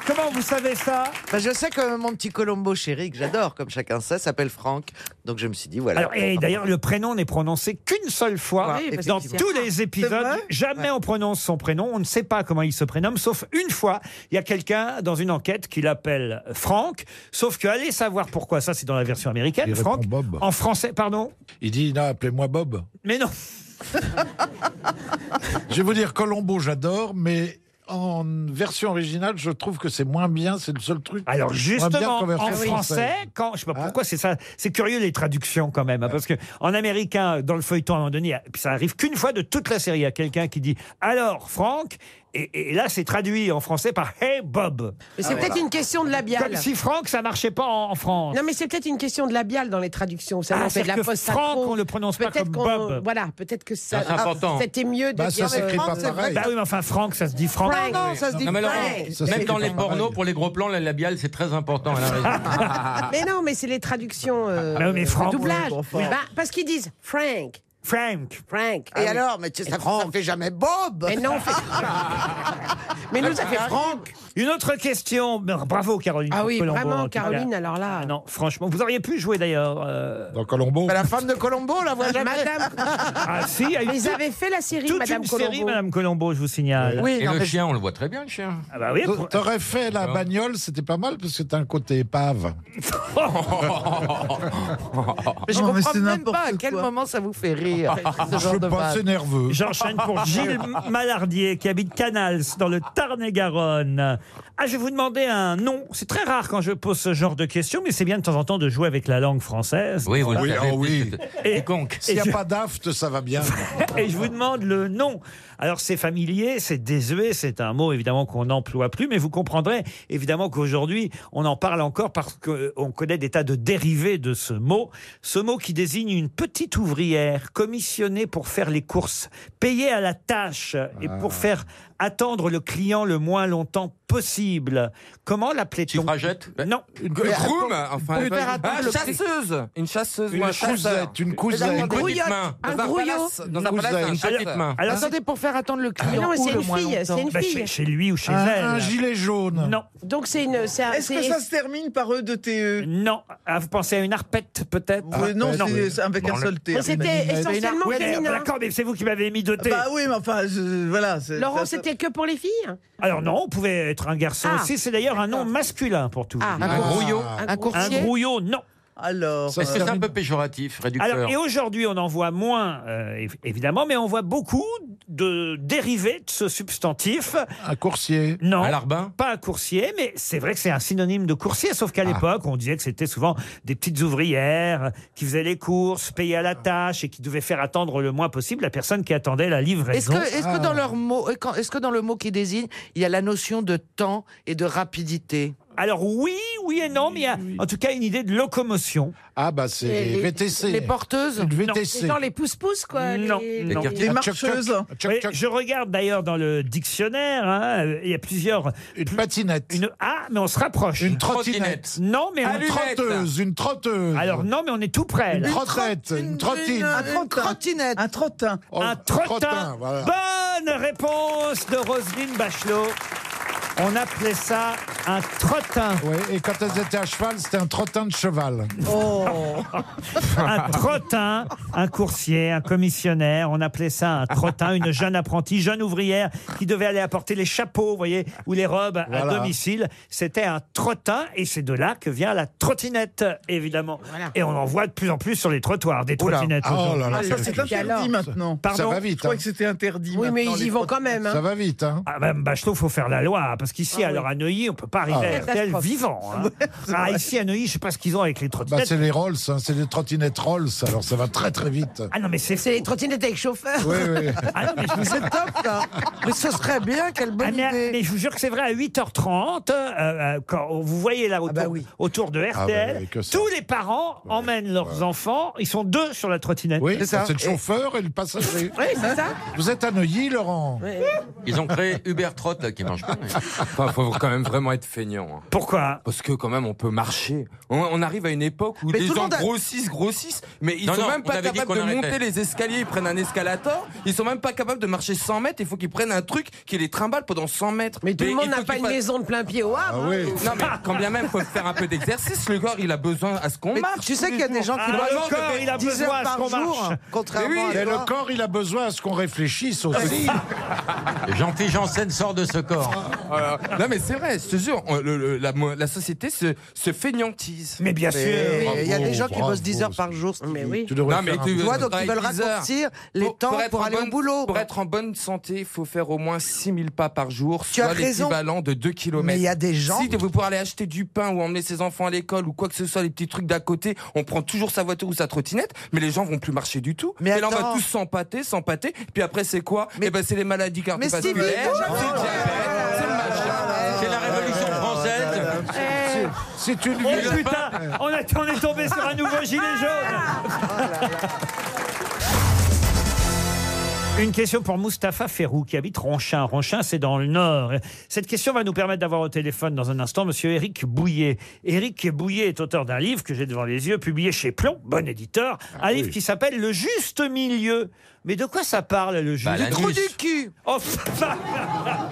Comment vous savez ça
Bah, Je sais que mon petit Colombo chéri, que j'adore, comme chacun sait, s'appelle Franck. Donc je me suis dit, voilà.
Alors, et d'ailleurs, le prénom n'est prononcé qu'une seule fois
Oui, parce
dans
que c'est
tous
rare.
les
C'est
épisodes.
vrai
Jamais on prononce son prénom. On ne sait pas comment il se prénomme, sauf une fois. Il y a quelqu'un dans une enquête qui l'appelle Franck. Sauf que allez savoir pourquoi. Ça, c'est dans la version américaine.
Il
Franck.
répond Bob.
En français, pardon.
Il dit, non, appelez-moi Bob.
Mais non.
Je vais vous dire, Colombo, j'adore, mais en version originale, je trouve que c'est moins bien, c'est le seul truc.
Alors justement,
Moins bien qu'en
en
version
français,
française.
quand je sais pas pourquoi c'est ça, c'est curieux les traductions quand
Ah.
même, hein, parce que en américain, dans le feuilleton à un moment donné, et puis ça arrive qu'une fois de toute la série, il y a quelqu'un qui dit alors Franck, et, et là c'est traduit en français par Hey Bob. Ah,
Mais c'est peut-être une question de labiale.
Comme si Franck ça marchait pas en, en France.
Non, mais c'est peut-être une question de labiale dans les traductions. Ça,
Ah,
on fait de
c'est-à-dire
la
que
post
Franck, on le prononce pas comme Bob.
Voilà, peut-être que ça.
Ah, c'est important.
C'était mieux de dire. euh,
Bah oui, mais enfin Franck, ça se dit Franck.
Frank. Non, non, ça se dit
Non, mais Laurent,
Frank. Ça, c'est
même dans les
pas pareil.
pornos, pour les gros plans, la labiale, c'est très important. elle a
Ah.
raison.
Mais non, mais c'est les traductions. euh,
Bah oui, mais
le
Franck,
doublage.
oui, bon,
Oui,
Franck.
bah, parce qu'ils disent Frank.
Frank.
Frank. Ah
Et alors, mais tu sais, ça, ça fait jamais Bob
Mais non, fait- Mais nous, ça fait Franck.
Une autre question. Bravo Caroline.
Ah oui,
Colombo, en
vraiment,
tout cas. Ah
Caroline, alors là.
Non, franchement, vous auriez pu jouer d'ailleurs. euh,
Dans Colombo.
La femme de Colombo, on la voit jamais.
Madame.
Ah si, il y a eu
Mais ils
toute-
avaient fait la série,
toute
Madame
une
Colombo. Ah
série, Madame Colombo, je vous signale.
Oui,
Et le chien, on le voit très bien, le chien.
Ah bah oui.
T'a- T'aurais fait la
Non.
bagnole, c'était pas mal parce que t'as un côté épave.
bah.
Oh.
Mais je
Non, mais
comprends
c'est
même pas à
n'importe
quel
quoi. Ah,
moment ça vous fait rire. ce genre de vanne.
nerveux.
Ah, J'enchaîne pour Gilles Malardier qui habite Canals dans le Tarn-et-Garonne. Ah, je vais vous demander un nom. C'est très rare quand je pose ce genre de questions, mais c'est bien de temps en temps de jouer avec la langue française.
Oui, vous le
Oui,
savez.
ah oui.
Et,
S'il n'y
et
a
je-
pas d'aft, ça va bien.
et je vous demande le nom. Alors c'est familier, c'est désuet, c'est un mot évidemment qu'on n'emploie plus, mais vous comprendrez évidemment qu'aujourd'hui on en parle encore parce qu'on connaît des tas de dérivés de ce mot. Ce mot qui désigne une petite ouvrière commissionnée pour faire les courses, payée à la tâche et pour
Ah.
faire attendre le client le moins longtemps possible. Comment l'appelait-on Non.
Une groom, enfin.
Une
ah,
opérateur.
chasseuse Une chasseuse ou
Une
un chasseur.
cousette, une cousette.
Une petite
Grouillotte,
main.
un
Dans un
grouillot.
palace, dans un palace, un Ah,
Cousette.
petite main.
Alors,
Attendez, pour faire attendre le
Mais
client.
Ah non, mais
ou
c'est
le
une
moins
fille,
longtemps.
c'est une
Bah,
fille.
chez, chez lui ou chez
Un,
elle.
un gilet jaune.
Non.
Donc c'est une. c'est un-
Est-ce que
c'est-
ça se termine par E EDTE
Non. Ah, vous pensez à une arpette, peut-être
Euh, non,
Ah,
c'est c'est avec un seul T.
Mais c'était essentiellement
Ouais, mais,
féminin.
D'accord, mais c'est vous qui m'avez mis deux T.
Bah oui, mais enfin, je- voilà. c'est-
Laurent,
ça- ça-
c'était que pour les filles
Alors non, on pouvait être un garçon
Ah.
aussi. C'est d'ailleurs un nom masculin pour tout. vous
Ah.
dire.
Un
grouillot.
Un
Un
courtier
grouillot, non.
Alors. euh,
Parce que c'est un peu péjoratif, réducteur.
Alors, et aujourd'hui, on en voit moins, euh, év- évidemment, mais on voit beaucoup de dérivés de ce substantif.
Un coursier
Non. Pas un coursier, mais c'est vrai que c'est un synonyme de coursier, sauf qu'à l'époque, on disait que c'était souvent des petites ouvrières qui faisaient les courses, payaient à la tâche et qui devaient faire attendre le moins possible la personne qui attendait la livraison.
Est-ce que, est-ce
Ah.
que
Ah.
dans leur mot, et quand- est-ce que dans le mot qui désigne, il y a la notion de temps et de rapidité
Alors oui, oui et non, mais il y a en tout cas une idée de locomotion.
Ah bah c'est
Les- les- VTC. les porteuses
Une VTC.
Genre les pousse-pousse, quoi.
Non,
les-
non.
les-
Des marcheuses.
Oui, je regarde d'ailleurs dans le dictionnaire, hein, euh, il y a plusieurs.
Une patinette.
Ah, mais on se rapproche. Une
trottinette.
Non, mais
Une trotteuse, une trotteuse.
Alors non, mais on est tout près. là.
Une trottette, une Oh, trottine.
Une trottinette.
Un trottin.
Un trottin. Bonne réponse de Roselyne Bachelot. On appelait ça un trottin.
et quand elles étaient à cheval, c'était un trottin de cheval.
Oh.
un trottin, un coursier, un commissionnaire. On appelait ça un trottin, une jeune apprentie, jeune ouvrière qui devait aller apporter les chapeaux, vous voyez, ou les robes à- à
Voilà.
domicile. C'était un trottin et c'est de là que vient la trottinette, évidemment. Et on en voit de plus en plus sur les trottoirs, des
Oula.
trottinettes.
Ah, oh
aujourd'hui.
là là,
Ah, ça, c'est interdit maintenant.
Pardon
hein. Ça va
Je
vite.
crois
hein.
que c'était interdit.
Oui, mais
maintenant,
ils
les
y vont
trottin-
quand même. hein.
Ça va vite. Hein.
Ah, Madame Bachelot, faut faire la loi, hein, parce qu'ici,
Ah
à
oui.
l'heure à Neuilly, on peut pas
Ah.
arriver à RTL
Ah. Catastrophe.
vivant. hein. Ah, ici, à Neuilly, je sais pas ce qu'ils ont avec les
Bah,
trottinettes.
c'est les Rolls, hein, c'est les trottinettes Rolls, alors ça va très très vite.
ah non, mais c'est
C'est les trottinettes avec chauffeur.
Oui, oui.
Ah non, mais je vous
C'est top, ça. Mais ce serait bien, quelle bonne
Ah, mais,
idée.
mais je vous jure que c'est vrai, à 8h30, euh, euh, quand vous voyez
Ah
là autour, autour de
bah
RTL,
oui, que ça.
tous les parents emmènent leurs enfants, ils sont deux sur la trottinette.
Oui,
C'est ça.
c'est le chauffeur et le passager.
Oui, c'est ça.
Vous êtes à Neuilly, Laurent
Ils ont créé Uber Trot, là, qui mange pas.
Enfin, faut quand même vraiment être feignant. hein.
Pourquoi
Parce que quand même, on peut marcher. On, on arrive à une époque où
Mais
les
tout le
gens
monde a-
grossissent, grossissent, mais ils
Non,
sont
non,
même
on
pas
avait dit
capables
qu'on
de
arrêtait.
monter les escaliers. Ils prennent un escalator. Ils sont même pas capables de marcher 100 mètres. Il faut qu'ils prennent un truc qui les trimballe pendant 100 mètres.
Mais tout le monde
il
n'a
faut
pas
qu'ils
une
fassent-
maison de plein pied au Havre. hein.
oui.
Non, mais quand bien même, faut faire un peu d'exercice. Le corps, il a besoin à ce qu'on
Mais
marche.
tu sais
tous
qu'il
les
y a des gens
jours.
qui
Ah,
doivent
le corps, il a
10
besoin
heures
à ce
par
qu'on
jour,
marche.
contrairement
Et
à toi.
le corps, il a besoin à ce qu'on réfléchisse aussi.
Jean-Philippe Janssen sort de ce corps.
Voilà. Euh, Non, mais c'est vrai, je te jure, on- le- le- la, mo- la société se, se fainéantise.
Mais bien sûr.
Mais
Bravo,
Il y a des gens qui
bravo,
bossent 10 heures par jour. Stevie.
Mais oui.
Tu devrais
Non, mais
faire un-
tu-
Tu vois, donc ils
Ouais,
veulent
10 heures.
raccourcir les temps pour,
être en
aller
bonne-
au boulot.
Pour être en bonne santé, il faut faire au moins 6000 pas par jour,
Tu as
soit
raison.
l'équivalent de 2 km.
Mais il y a des gens-
Si vous pouvez aller acheter du pain ou emmener ses enfants à l'école ou quoi que ce soit, les petits trucs d'à côté, on prend toujours sa voiture ou sa trottinette, mais les gens vont plus marcher du tout.
Mais
et là, on
attends.
va tous s'empâter, s'empâter. Puis après, c'est quoi Eh ben, c'est les maladies
Mais
cardiovasculaires.
Stevie, déjà-
c'est le diabète, c'est le machin.
C'est la Révolution française.
C'est une
Oh
ville.
putain, on, a- on est tombé sur un nouveau gilet jaune. Une question pour Mustapha Ferrou qui habite Ronchin. Ronchin, c'est dans le Nord. Cette question va nous permettre d'avoir au téléphone dans un instant Monsieur Éric Bouillet. Éric Bouillet est auteur d'un livre que j'ai devant les yeux, publié chez Plomb, bon éditeur,
Ah
un livre qui s'appelle Le Juste Milieu. Mais de quoi ça parle le juste
Bah, la
Trou
nuit.
du cul. Oh, bah,
Bah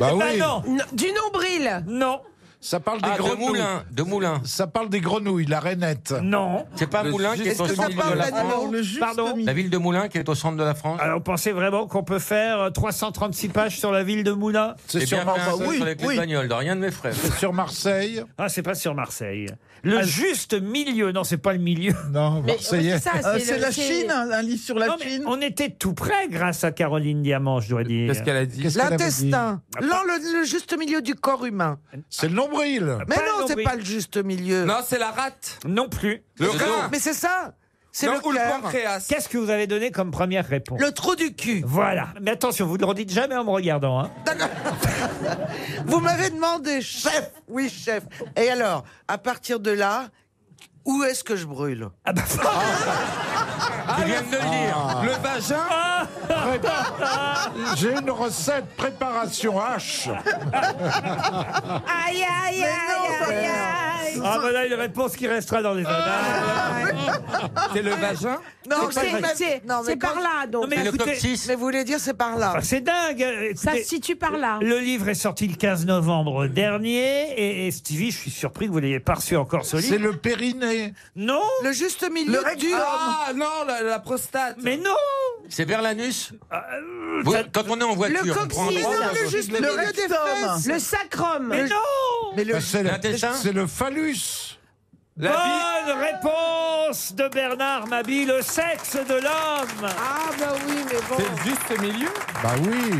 bah
oui,
non,
Non, Du nombril.
non,
ça parle des
Ah, de
grenouilles.
Moulin. De Moulin.
Ça parle des grenouilles, la rainette.
non.
C'est pas
Le
Moulin qui est
juste-
au
Est-ce que
centre
ça
de
parle
la
Alors,
France.
le juste
Pardon
milieu.
La ville de Moulin qui est au centre de la France.
Alors, pensez vraiment qu'on peut faire euh, 336 pages sur la ville de Moulins
C'est
Et
sur,
Eh bien
Mar-
fait un
bah
seul
oui,
sur les clés
oui.
de bagnole, de rien de mes frères.
C'est sur Marseille.
Ah, c'est pas sur Marseille.
Ah,
Le juste milieu. Non, c'est pas le milieu.
Non,
Mais
Marseillais.
c'est ça,
Ah,
Ah,
Euh,
le-
C'est la
c'est-
Chine, un un livre sur
Non,
la
mais
Chine.
on était tout près grâce à Caroline Diamant, je dois dire.
Qu'est-ce qu'elle a dit Ah,
Qu'est-ce qu'elle avait dit
L'intestin. Non, le, le juste milieu du corps humain.
C'est le nombril.
Mais
Pas le
non, c'est
nombril.
pas le juste milieu.
Non, c'est la rate.
Non plus.
Le
Le
rein.
Mais c'est ça. C'est
Non,
le
ou le
cœur.
pancréas.
Qu'est-ce que vous avez donné comme première réponse
Le trou du cul.
Voilà. Mais attention, vous ne le redites jamais en me regardant. hein.
Vous m'avez demandé, chef. Oui, chef. Et alors, à partir de là, où est-ce que je brûle
Ah bah,
Ah, le dire. Le vagin.
J'ai une recette préparation H.
Aïe, aïe, aïe, aïe, aïe.
ah, voilà une réponse qui restera dans les annales.
Ah. C'est le vagin.
Non,
C'est-
mais-
C'est
non, mais
c'est
quand-
par là, donc.
Non, mais
C'est le
écoutez,
top 6.
Mais vous voulez dire, c'est par là.
Ah, C'est dingue.
Ça
Écoutez,
se situe par là.
Le livre est sorti le 15 novembre dernier et, et Stevie, je suis surpris que vous l'ayez pas reçu encore ce
C'est
livre.
le périnée.
Non,
Le juste milieu du
Ah non, la, la prostate.
mais non.
C'est vers l'anus
Ah, euh,
Vous- Quand on est en voiture,
Le
on prend un
coccyx,
droit,
non,
un
le
gauche.
juste
Le
milieu des
rectum.
fesses. Le sacrum.
Mais non.
Mais le-
Bah, c'est le-
L'intestin
C'est le phallus.
Bonne réponse de Bernard Mabie, le sexe de l'homme. Ah bah oui, mais bon. C'est juste milieu
Bah oui.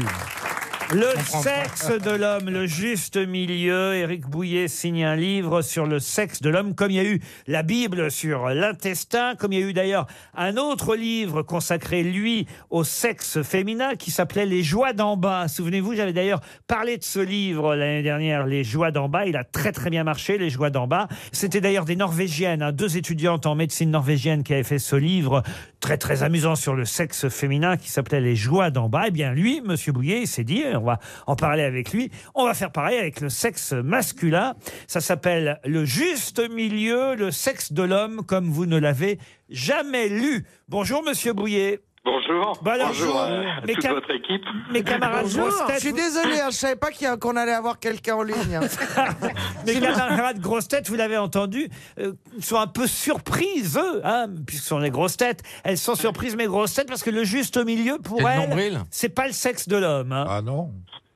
Le
comprends pas.
sexe de l'homme, le juste milieu. Éric Bouillet signe un livre sur le sexe de l'homme, comme il y a eu la Bible sur l'intestin, comme il y a eu d'ailleurs un autre livre consacré, lui, au sexe féminin, qui s'appelait Les joies d'en bas. Souvenez-vous, j'avais d'ailleurs parlé de ce livre l'année dernière, Les joies d'en bas. Il a très très bien marché, Les joies d'en bas. C'était d'ailleurs des Norvégiennes, hein, deux étudiantes en médecine norvégienne qui avaient fait ce livre très très amusant sur le sexe féminin qui s'appelait Les joies d'en bas. Eh bien, lui, Monsieur Bouillet, il s'est dit, on va en parler avec lui. On va faire pareil avec le sexe masculin. Ça s'appelle le juste milieu, le sexe de l'homme, comme vous ne l'avez jamais lu. Bonjour, Monsieur Bouillet.
Bonjour.
Bah alors,
Bonjour à
bonjour.
à
Mes
toute
cam-
votre équipe.
mes camarades
Bonjour,
grosses têtes-
je suis désolé, hein, je savais pas qu'il y a- qu'on allait avoir quelqu'un en ligne. hein.
Mes camarades grosses têtes, vous l'avez entendu, euh, sont un peu surprises, eux, hein, puisque ce sont les grosses têtes. Elles sont surprises, mes grosses têtes, parce que le juste milieu, pour
Et le
elles,
nombril.
c'est pas le sexe de l'homme. Ah non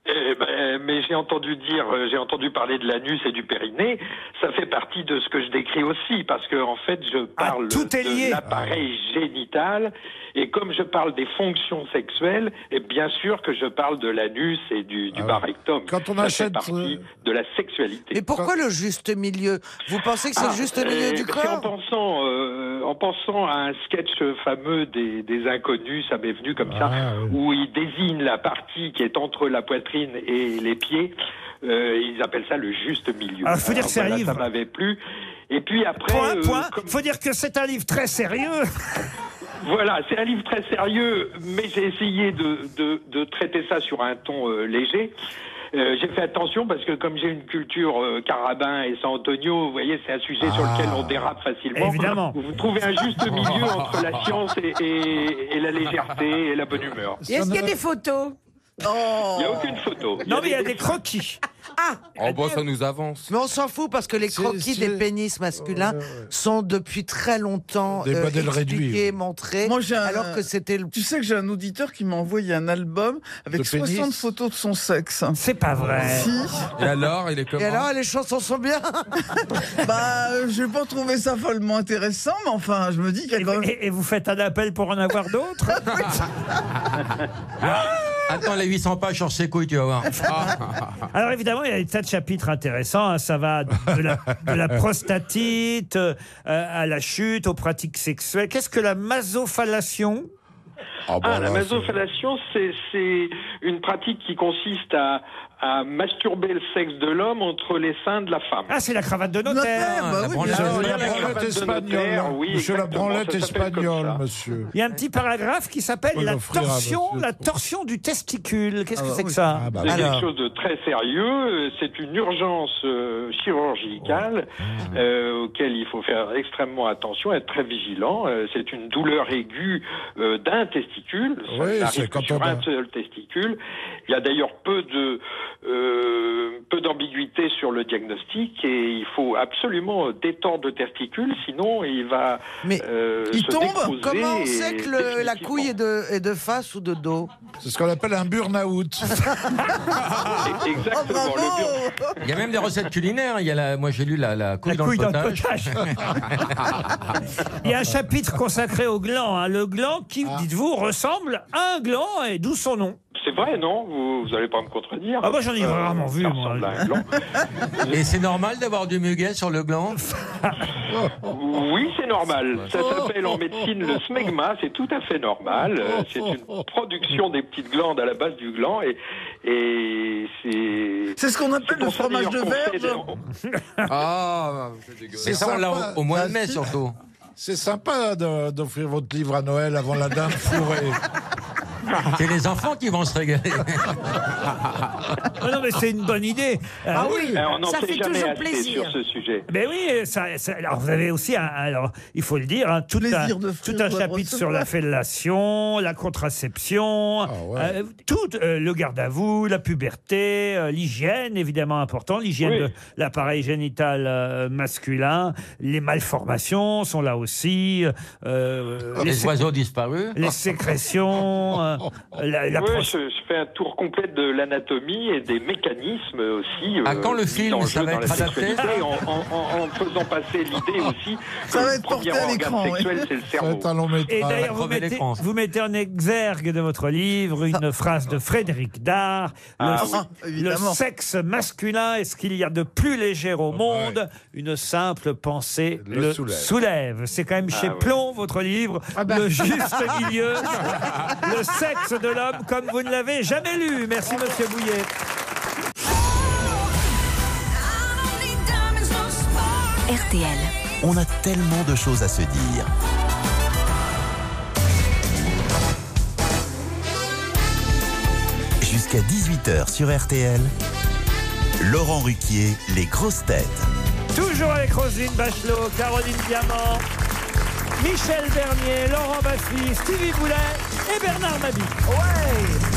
Eh ben, mais j'ai entendu dire, euh, j'ai entendu parler de l'anus et du périnée. Ça fait partie de ce que je décris aussi, parce que en fait, je
Ah,
parle
tout est lié.
de l'appareil génital, et comme je parle des fonctions sexuelles, et bien sûr que je parle de l'anus et du, du barectum.
Ah Quand on
Ça fait
achète,
partie
euh,
de la sexualité.
Mais pourquoi le juste milieu Vous pensez que c'est
Ah,
le juste milieu
euh,
du
parce
corps
qu'en pensant, euh, en pensant à un sketch fameux des, des inconnus, ça m'est venu comme ça,
Ah,
où ils désignent la partie qui est entre la poitrine et les pieds. euh, ils appellent ça le juste milieu.
Ah, faut dire que c'est un
voilà,
livre.
Ça m'avait plu. Et puis après,
Point,
euh,
point. Faut dire que c'est un livre très sérieux.
voilà, c'est un livre très sérieux, mais j'ai essayé de, de- de traiter ça sur un ton euh, léger. Euh, j'ai fait attention parce que comme j'ai une culture euh, Carabin et San Antonio, vous voyez, c'est un sujet sur lequel on dérape facilement.
Ah. Évidemment.
Vous trouvez un juste milieu entre la science et, et- et la légèreté et la bonne humeur.
Et Est-ce qu'il y a des photos
Oh.
Oh.
Il n'y a aucune photo.
Non, mais il y a des croquis.
Ah.
Oh, bah, ça nous avance.
Mais on s'en fout parce que les croquis des pénis masculins sont depuis très longtemps euh,
Des modèles
expliqués,
réduits.
montrés.
Moi, j'ai un-
Alors que c'était le.
Tu sais que j'ai un auditeur qui m'a envoyé un album avec
De pénis.
60 photos de son sexe.
C'est pas vrai.
Si.
Et alors, il est comment
les chansons sont bien
Bah, euh, j'ai pas trouvé ça follement intéressant, mais enfin, je me dis qu'il y a quand même.
Et vous faites un appel pour en avoir d'autres
Ah, Attends, les 800 pages sur ses couilles, tu vas voir.
Alors évidemment, il y a des tas de chapitres intéressants. hein. Ça va de la, de la prostatite euh, à la chute, aux pratiques sexuelles. Qu'est-ce que la masophallation bah
Ah, la masophallation, c'est c'est une pratique qui consiste à, à masturber le sexe de l'homme entre les seins de la femme.
Ah, c'est la cravate de notaire.
bah La oui, branlette. bien sûr.
La branlette
Eh
espagnole.
oui,
monsieur, la
exactement,
branlette
ça s'appelle comme
espagnole,
ça.
monsieur.
Il y a un petit paragraphe qui s'appelle
Faut
la
l'offrir à
torsion,
monsieur.
la torsion du testicule. Qu'est-ce que
Ah,
c'est que
oui.
ça
Ah, bah,
C'est quelque chose de très sérieux, euh, c'est une urgence euh, chirurgicale
Ah.
euh, auquel il faut faire extrêmement attention, être très vigilant. Euh, c'est une douleur aiguë euh, d'un testicule, ça
Oui,
n'arrive
c'est
que
quand
sur
on a-
un seul testicule. Il y a d'ailleurs peu de euh, peu d'ambiguïté sur le diagnostic et il faut absolument euh, détendre le testicule, sinon il va euh,
Il
se
tombe
décroiser
Comment on
et
sait que le- la couille est de, est de face ou de dos
C'est ce qu'on appelle un burn-out.
Exactement.
Il y a même des recettes culinaires. Il y a la, moi, j'ai lu la, la couille,
La
dans,
couille
le
dans le
potage.
Il y a un chapitre consacré au gland. hein. Le gland qui,
Ah.
dites-vous, ressemble à un gland et d'où son nom.
C'est vrai, non Vous n'allez pas me contredire. Euh,
Ah, moi, j'en ai rarement vu,
ça
moi.
ressemble à un gland.
Et c'est normal d'avoir du muguet sur le gland
Oui, c'est normal. Ça s'appelle en médecine le smegma, c'est tout à fait normal. Euh, C'est une production des petites glandes à la base du gland et, et c'est.
C'est ce qu'on appelle
pour
le
ça,
fromage de
d'ailleurs, qu'on fait
verge.
Ah, c'est dégueulasse. Et ça, on l'a au, au mois de mai, surtout.
C'est sympa de- d'offrir votre livre à Noël avant la dame fourrée.
C'est les enfants qui vont se régaler.
Ah non, mais c'est une bonne idée. Euh,
Ah oui, Eh, on n'en ça sait fait jamais toujours assez plaisir. sur ce sujet.
Mais Ben oui, ça, ça- alors vous avez aussi, un- alors il faut le dire, hein, tout un,
Plaisir de
tout
faire
un
de
chapitre sur
recevoir.
la fellation, la contraception, euh, tout euh, le garde à vous, la puberté, euh, l'hygiène évidemment important, l'hygiène
Oui.
de l'appareil génital euh, masculin, les malformations sont là aussi, euh,
Les
sé-
oiseaux disparus.
les sécrétions, euh, la, la
Ouais,
pro-
je, je fais un tour complet de l'anatomie et des mécanismes aussi. euh,
À quand le
mis
film,
en
ça
jeu
va
dans la
être adapté
sexualité, en, en- en- en faisant passer l'idée aussi
Ça
que
va
le
être
premier
porté à
organe
l'écran, ouais.
sexuel, c'est le cerveau.
Et d'ailleurs, vous mettez, vous mettez en exergue de votre livre une phrase de Frédéric Dard
Ah
le,
oui,
le
évidemment.
sexe masculin est ce qu'il y a de plus léger au monde. Une simple pensée le,
Le
soulève.
soulève.
C'est quand même
Ah
chez
ouais.
Plomb, votre livre,
bah.
Le juste milieu, le sexe de l'homme, comme vous ne l'avez jamais lu. Merci, monsieur Bouillet.
RTL.
On a tellement de choses à se dire. Jusqu'à 18h sur RTL, Laurent Ruquier, les grosses têtes.
Toujours avec Roselyne Bachelot, Caroline Diamant, Michel Bernier, Laurent Baffy, Stevie Boulet et Bernard Mabie. À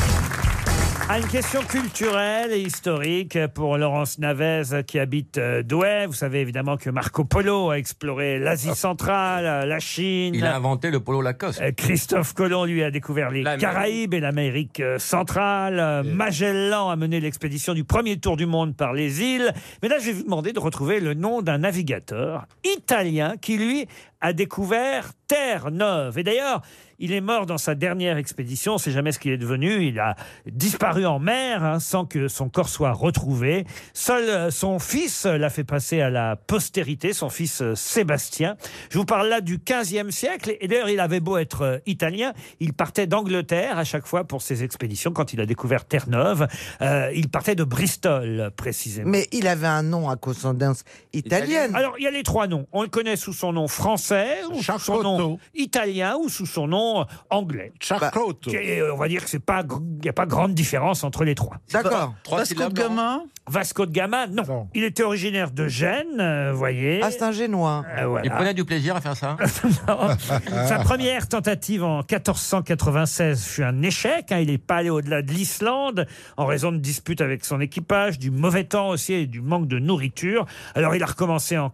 Ah, une question culturelle et historique pour Laurence Navez qui habite euh, Douai. Vous savez évidemment que Marco Polo a exploré l'Asie centrale, euh, la Chine.
Il a inventé le polo Lacoste.
Euh, Christophe Colomb, lui, a découvert les
L'Amérique.
Caraïbes et l'Amérique euh, centrale. Euh, Magellan a mené l'expédition du premier tour du monde par les îles. Mais là, je vais vous demander de retrouver le nom d'un navigateur italien qui, lui, a découvert Terre-Neuve. Et d'ailleurs, il est mort dans sa dernière expédition. On ne sait jamais ce qu'il est devenu. Il a disparu en mer hein, sans que son corps soit retrouvé. Seul euh, son fils l'a fait passer à la postérité, son fils euh, Sébastien. Je vous parle là du 15e siècle. Et d'ailleurs, il avait beau être euh, italien, il partait d'Angleterre à chaque fois pour ses expéditions. Quand il a découvert Terre-Neuve, euh, il partait de Bristol, précisément.
Mais il avait un nom à consonance italienne.
Alors, il y a les trois noms. On le connaît sous son nom français, ou sous son nom italien, ou sous son nom euh, anglais.
Charcotto.
Bah, et, euh, on va dire que c'est pas, gr- il n'y a pas grande différence entre les trois.
D'accord. Trois Vasco de syllabes, Gama
Vasco de Gama, non. Il était originaire de Gênes, euh, vous voyez.
Ah, c'est un génois.
Euh, voilà.
Il prenait du plaisir à faire ça.
Sa première tentative en 1496 fut un échec. hein. il n'est pas allé au-delà de l'Islande en raison de disputes avec son équipage, du mauvais temps aussi et du manque de nourriture. Alors il a recommencé en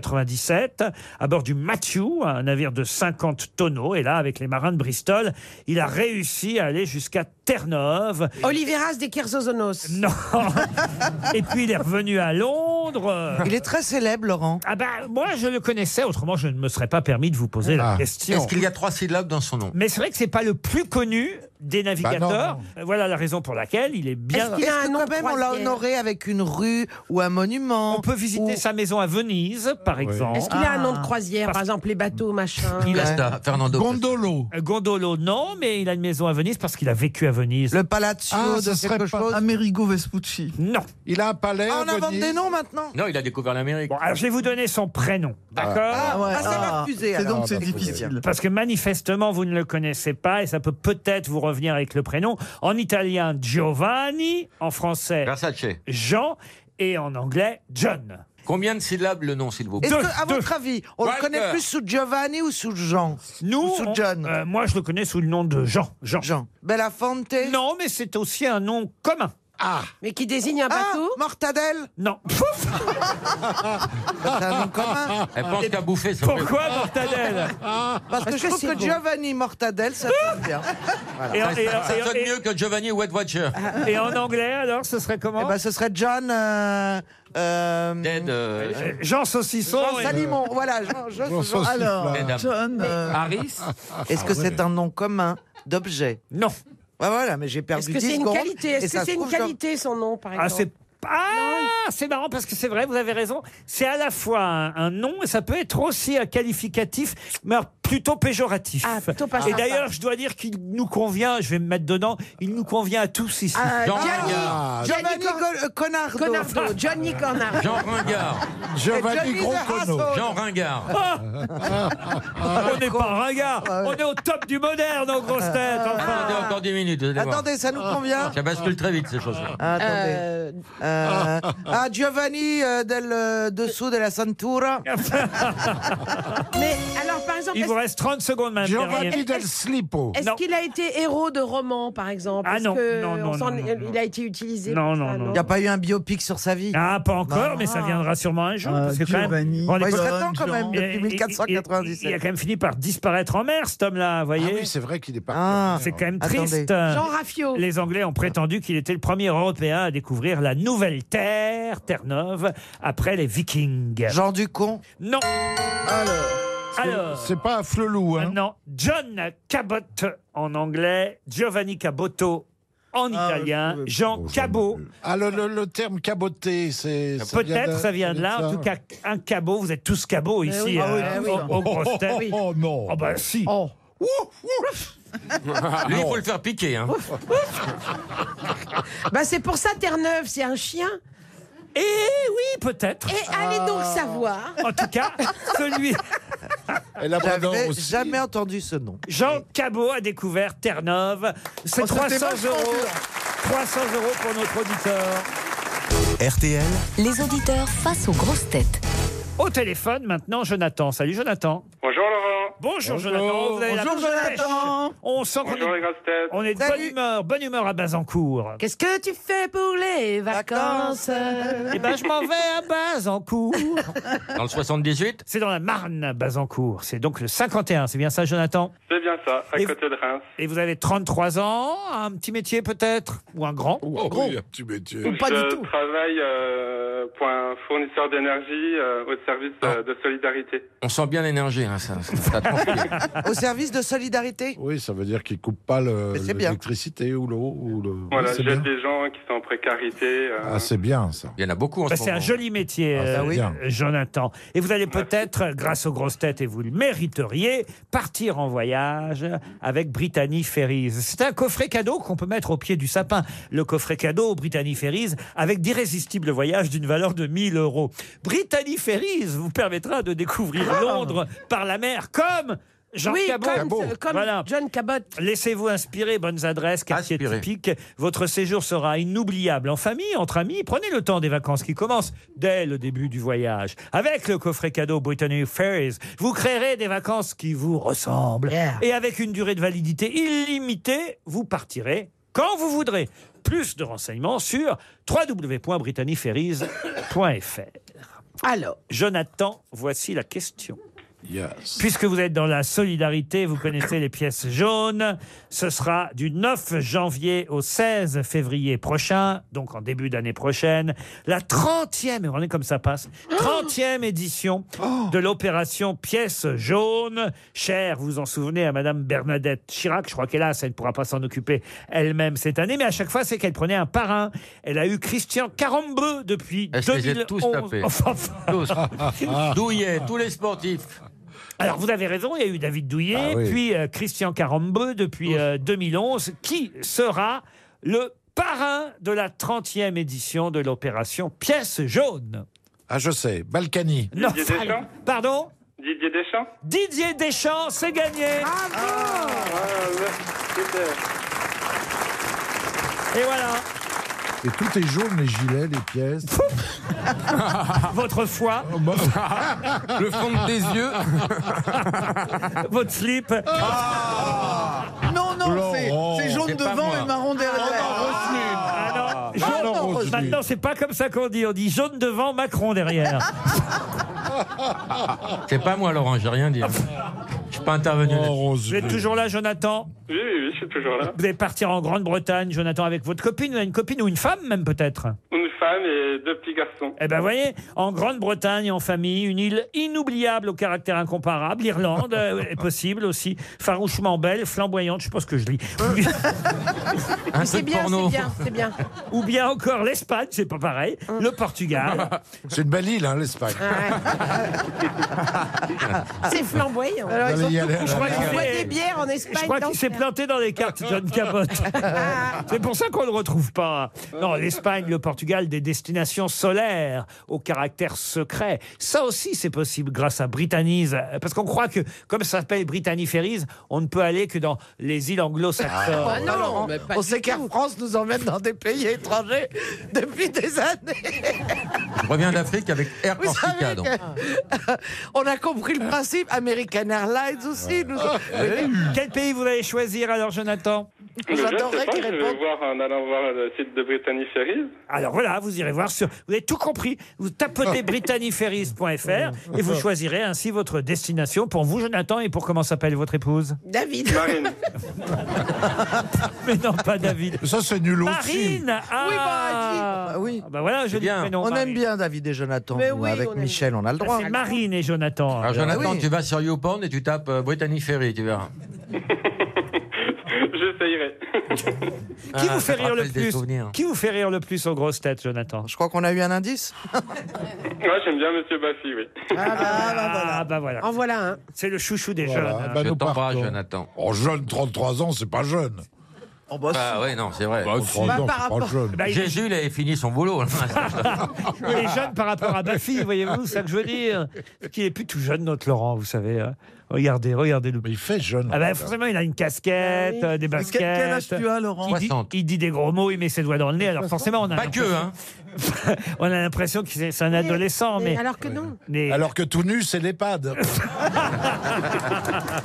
1497 à bord du Matthew, un navire de 50 tonneaux. Et là, avec les marins de Bristol, il a réussi à aller jusqu'à Terre-Neuve.
Oliveras des Kersozonos.
Non. Et puis il est revenu à Londres.
Il est très célèbre, Laurent.
Ah bah moi je le connaissais, autrement je ne me serais pas permis de vous poser
Ah.
la question.
Est-ce qu'il y a trois syllabes dans son nom
Mais c'est vrai que c'est pas le plus connu des
Bah
navigateurs. Euh,
non,
Voilà la raison pour laquelle il est bien.
Est-ce que quand même on l'a honoré avec une rue ou un monument
On peut visiter sa maison à Venise, par exemple. Ah.
Est-ce qu'il a un nom de croisière, par exemple les bateaux, machin
Il a- Euh,
Costa, Fernando Costa.
Gondolo.
Gondolo, non, mais il a une maison à Venise parce qu'il a vécu à Venise.
Le Palazzo
Ah, ce de serait quelque pas- chose
Amerigo Vespucci.
Non.
Il a un palais.
Ah, on invente des noms maintenant.
Non, il a découvert l'Amérique. bah
Alors je vais vous donner son prénom, d'accord
Ah, ah, ça va refuser. alors.
Parce que manifestement, vous ne le connaissez pas et ça peut peut-être vous revenir avec le prénom. En italien, Giovanni. En français,
Versace.
Jean. Et en anglais, John.
Combien de syllabes le nom, s'il vous plaît
Est-ce que, à votre avis, on le
Walter.
connaît plus sous Giovanni ou sous Jean
Nous,
Ou sous
on-
John
euh, moi, je le connais sous le nom de Jean. Jean.
Belafonte
Non, mais c'est aussi un nom commun.
Ah
Mais qui désigne un
Ah,
bateau
Mortadelle
Non.
C'est un nom commun.
Elle pense qu'à bouffer, ça
Pourquoi Mortadelle
Ah.
Parce que je trouve que Giovanni Mortadelle, ça sonne bien.
Et en-
Ça,
et en-
ça
et en-
sonne
et-
mieux que Giovanni Wet Watcher.
Et en anglais, alors, ce serait comment
Eh ben, ce serait John. euh, euh,
Dead, euh,
Jean Saucisson.
Jean
et-
Salimon, voilà. Jean, Jean-
Jean
Jean- alors,
Saucisson.
John. euh,
Harris
Est-ce que c'est un nom commun d'objet
Ah Non.
Ouais, voilà, mais j'ai
Est-ce
perdu 10
que
secondes.
c'est une qualité
et
Est-ce
ça
que c'est
se
une
trouve, Jean-
qualité son nom, par
Ah, c'est
exemple
ah, c'est marrant parce que c'est vrai, vous avez raison. C'est à la fois un, un nom et ça peut être aussi un qualificatif, mais alors plutôt péjoratif.
Ah, plutôt pas
et
sympa.
d'ailleurs, je dois dire qu'il nous convient, je vais me mettre dedans, il nous convient à tous ici.
Ah,
Jean
Gianni-
Ringard.
Giovanni Go- euh, Conardo.
Conardo, Johnny Conardo.
Jean Ringard.
Giovanni Groncono.
Jean Ringard.
Ah on n'est pas ringard,
Ah,
on est au top du moderne en grosse tête. enfin.
Attendez encore 10 minutes. vous allez voir.
Attendez, ça nous convient
Ça bascule très vite, ces choses-là.
Attendez.
Euh,
Euh, à Giovanni euh, del euh, dessous de la Santura.
Mais alors, par exemple,
Il vous
est-ce-
reste 30 secondes, madame Perrier.
Giovanni del
Slipo.
est-ce qu'il a été héros de roman, par exemple
Ah
Est-ce
non,
que
non, non,
on
non,
s'en-
non,
Il a été utilisé
Non,
pour
non,
ça,
non.
Il n'y a pas eu un biopic sur sa vie.
Ah, pas encore, mais ça viendra sûrement un jour.
Ah,
parce que quand
Giovanni.
même, vous rendez
Ouais, il
compte-
serait temps quand même,
Il-
depuis
il-
1497.
Il, il a quand même fini par disparaître en mer, cet homme-là, vous voyez.
oui, c'est vrai qu'il est parti.
Ah, c'est quand même triste. hein.
Jean Raffiot.
Les Anglais ont prétendu qu'il était le premier Européen à découvrir la nouvelle Terre, Terre-Neuve, après les Vikings.
Jean Ducon
Non. Alors.
C'est pas à Flelou, hein
Non. John Cabot en anglais, Giovanni Cabotto en italien, Jean Cabot.
Ah, le, le- le terme caboté, c'est. ça vient
Peut-être ça vient de là. En
ça.
tout cas, un cabot, vous êtes tous cabots
Eh
ici.
oui. Ah oui, Oh. tous, hein.
au,
Oh, oh, oh, oh, non.
Ah bah si.
Ah.
Lui, il faut le faire piquer. Hein.
Bah, c'est pour ça, Terre-Neuve, c'est un chien.
Eh oui, peut-être. Ah.
Et allez donc savoir.
En tout cas, celui.
Elle a
J'avais jamais entendu ce nom.
Jean Cabot a découvert Terre-Neuve. C'est
Oh, c'était
300
vachement
euros.
dur.
300 euros pour notre auditeur.
RTL,
Les auditeurs face aux grosses têtes.
Au téléphone maintenant, Jonathan. Salut Jonathan.
Bonjour Laurent.
Bonjour, Jonathan. Vous avez la
Bonjour,
bonne
Ah,
Jonathan.
pêche. On sent qu'on
Bonjour les
est,
grosses têtes.
on est de bonne humeur, bonne humeur à Bazancourt.
Qu'est-ce que tu fais pour les vacances
Eh ben, je m'en vais à Bazancourt.
Dans le 78
C'est dans la Marne, Bazancourt. C'est donc le 51. C'est bien ça, Jonathan
C'est bien ça, à
Et-
côté de Reims.
Et vous avez 33 ans, un petit métier peut-être Ou un grand
Oh, oui, un petit métier.
je travaille euh, pour un fournisseur d'énergie euh, au service
Ah.
euh, de solidarité.
On sent bien l'énergie. Hein, ça, ça- ça transpire.
Au service de solidarité
Oui, ça veut dire qu'il coupe pas le-
Mais c'est bien.
l'électricité ou l'eau. Ou le...
Voilà,
Oui, c'est
j'aide
bien.
des gens qui sont en précarité. euh,
Ah, c'est bien ça.
Il y en a beaucoup en
Bah,
ce
c'est un
moment.
joli métier,
Ah, ça,
euh,
oui.
euh, Jonathan. Et vous allez peut-être, grâce aux grosses têtes, et vous le mériteriez, partir en voyage avec Brittany Ferries. C'est un coffret cadeau qu'on peut mettre au pied du sapin. Le coffret cadeau Brittany Ferries avec d'irrésistibles voyages d'une valeur de 1000 euros. Brittany Ferries vous permettra de découvrir Londres par la mer comme Jean
Ah. Oui,
Cabot.
comme, euh, comme
Voilà.
John Cabot.
Ah. Laissez-vous inspirer, bonnes adresses, quartiers typiques. Votre séjour sera inoubliable en famille, entre amis. Prenez le temps des vacances qui commencent dès le début du voyage. Avec le coffret cadeau Brittany Ferries, vous créerez des vacances qui vous ressemblent. Et avec une durée de validité illimitée, vous partirez quand vous voudrez. Plus de renseignements sur www.brittanyferries.fr.
Alors,
Jonathan, voici la question.
Yes.
Puisque vous êtes dans la solidarité, vous connaissez les pièces jaunes. Ce sera du 9 janvier au 16 février prochain, donc en début d'année prochaine, la 30e, et regardez comme ça passe, 30e édition de l'opération Pièces jaunes. Cher, vous vous en souvenez, à Madame Bernadette Chirac. Je crois qu'hélas, elle ne pourra pas s'en occuper elle-même cette année, mais à chaque fois, c'est qu'elle prenait un parrain. Elle a eu Christian Carambeu depuis
Elle se les a tous
2011.
tapés.
Enfin, enfin,
Tous. Douillet, tous les sportifs.
alors vous avez raison, il y a eu David Douillet,
Ah oui.
puis euh, Christian Carambeu depuis euh, 2011, qui sera le parrain de la 30e édition de l'opération Pièce jaune.
Ah, je sais, Balkany.
Non,
Didier
ça-
Deschamps
Pardon
Didier Deschamps
Didier Deschamps, c'est gagné
Ah, ouais, super.
Et voilà,
Et tout est jaune, les gilets, les pièces.
votre foi,
Oh, bah,
Le fond de tes yeux. Oh.
votre slip.
Non, non, c'est
Laurent.
c'est jaune
C'est pas
devant
moi.
et marron derrière. Ah,
Ah non,
Ah
jaune-
non, Roselyne.
maintenant c'est pas comme ça qu'on dit, on dit jaune devant, Macron derrière.
C'est pas moi, Laurent, j'ai rien dit. hein. Je suis pas intervenu.
oh,
là-dessus.
Vous
Roselyne.
êtes toujours là, Jonathan
Oui, oui, oui, je suis toujours là.
Vous allez partir en Grande-Bretagne, Jonathan, avec votre copine, vous avez une copine ou une femme même peut-être
Une femme et deux petits garçons.
Eh ben, voyez, en Grande-Bretagne, en famille, une île inoubliable au caractère incomparable. L'Irlande euh, est possible aussi, farouchement belle, flamboyante, je sais pas ce que je lis. Ou bien-
Un
c'est
truc
bien, c'est
porno.
bien, c'est bien.
Ou bien encore l'Espagne, c'est pas pareil. Le Portugal.
C'est une belle île, hein, l'Espagne.
C'est flamboyant.
Vous
Alors,
allez y aller.
Je crois
on
qu'il
boit
est-
des bières en Espagne. euh,
Je crois
dans-
qu'il s'est planté dans les cartes, John Cabot. C'est pour ça qu'on le retrouve pas. Non, l'Espagne, le Portugal, des destinations solaires au caractère secret. Ça aussi, c'est possible grâce à Britannise. Parce qu'on croit que, comme ça s'appelle Brittany Ferries, on ne peut aller que dans les îles anglo-saxonnes.
Ah, non, mais pas
on
du
sait qu'Air
France nous emmène dans des pays étrangers depuis des années.
Je reviens d'Afrique avec Air
Vous
Corsica.
savez
donc.
que- on a compris le principe. American Airlines
Ah.
aussi. nous-
Quel pays vous allez choisir alors, Jonathan
Mais je sais pas, je vais voir en allant voir le site de Brittany Ferries.
Alors Ben voilà, vous irez voir sur. Vous avez tout compris. Vous tapotez britanniferries.fr et vous choisirez ainsi votre destination pour vous, Jonathan, et pour comment s'appelle votre épouse
David.
Marine.
Mais non, pas David.
Ça, c'est nul
aussi. Marine
Oui,
ah
bah, oui.
bah voilà, je dis le prénom,
On
Marine.
aime bien David et Jonathan.
Mais
nous,
oui,
avec
on aime
Michel, on a le droit.
C'est Marine et Jonathan.
Ah,
Ah
Euh,
Alors, Jonathan,
Oui.
tu vas sur YouPorn et tu tapes euh, Brittany Ferry, tu verras.
J'essayerai.
Qui
Ah,
vous fait
ça te
rire le
rappelle des
plus
souvenirs.
Qui vous fait rire le plus aux grosses têtes, Jonathan
Je crois qu'on a eu un indice.
Moi, j'aime bien Monsieur Baffy, oui.
Ah bah voilà.
En voilà un.
C'est le chouchou des
Voilà,
jeunes. hein.
bah,
Je
nous
t'embrasse,
partons.
Jonathan.
Oh, jeune, 33 ans, c'est pas jeune.
Oh, bah,
Ah ouais, non, c'est vrai.
Bah, si. Bah, par
c'est pas
rapport-
jeune.
Bah, il-
Jésus, il avait fini son boulot. hein. là.
Les jeunes par rapport à Baffy, voyez-vous, c'est ça que je veux dire. Qui est plus tout jeune, notre Laurent, vous savez. hein. Regardez, regardez le.
il fait jeune.
Ah bah, forcément, il a une casquette, euh, des
Ah quel-
baskets.
quel âge tu as, Laurent
il dit,
60.
il dit des gros mots, il met ses doigts dans le nez. Alors forcément, on a
Pas que,
l'impression-
hein.
on a l'impression que c'est c'est un adolescent, mais,
Alors que non.
mais-
Alors que tout nu, c'est l'EHPAD.
Ah, bah,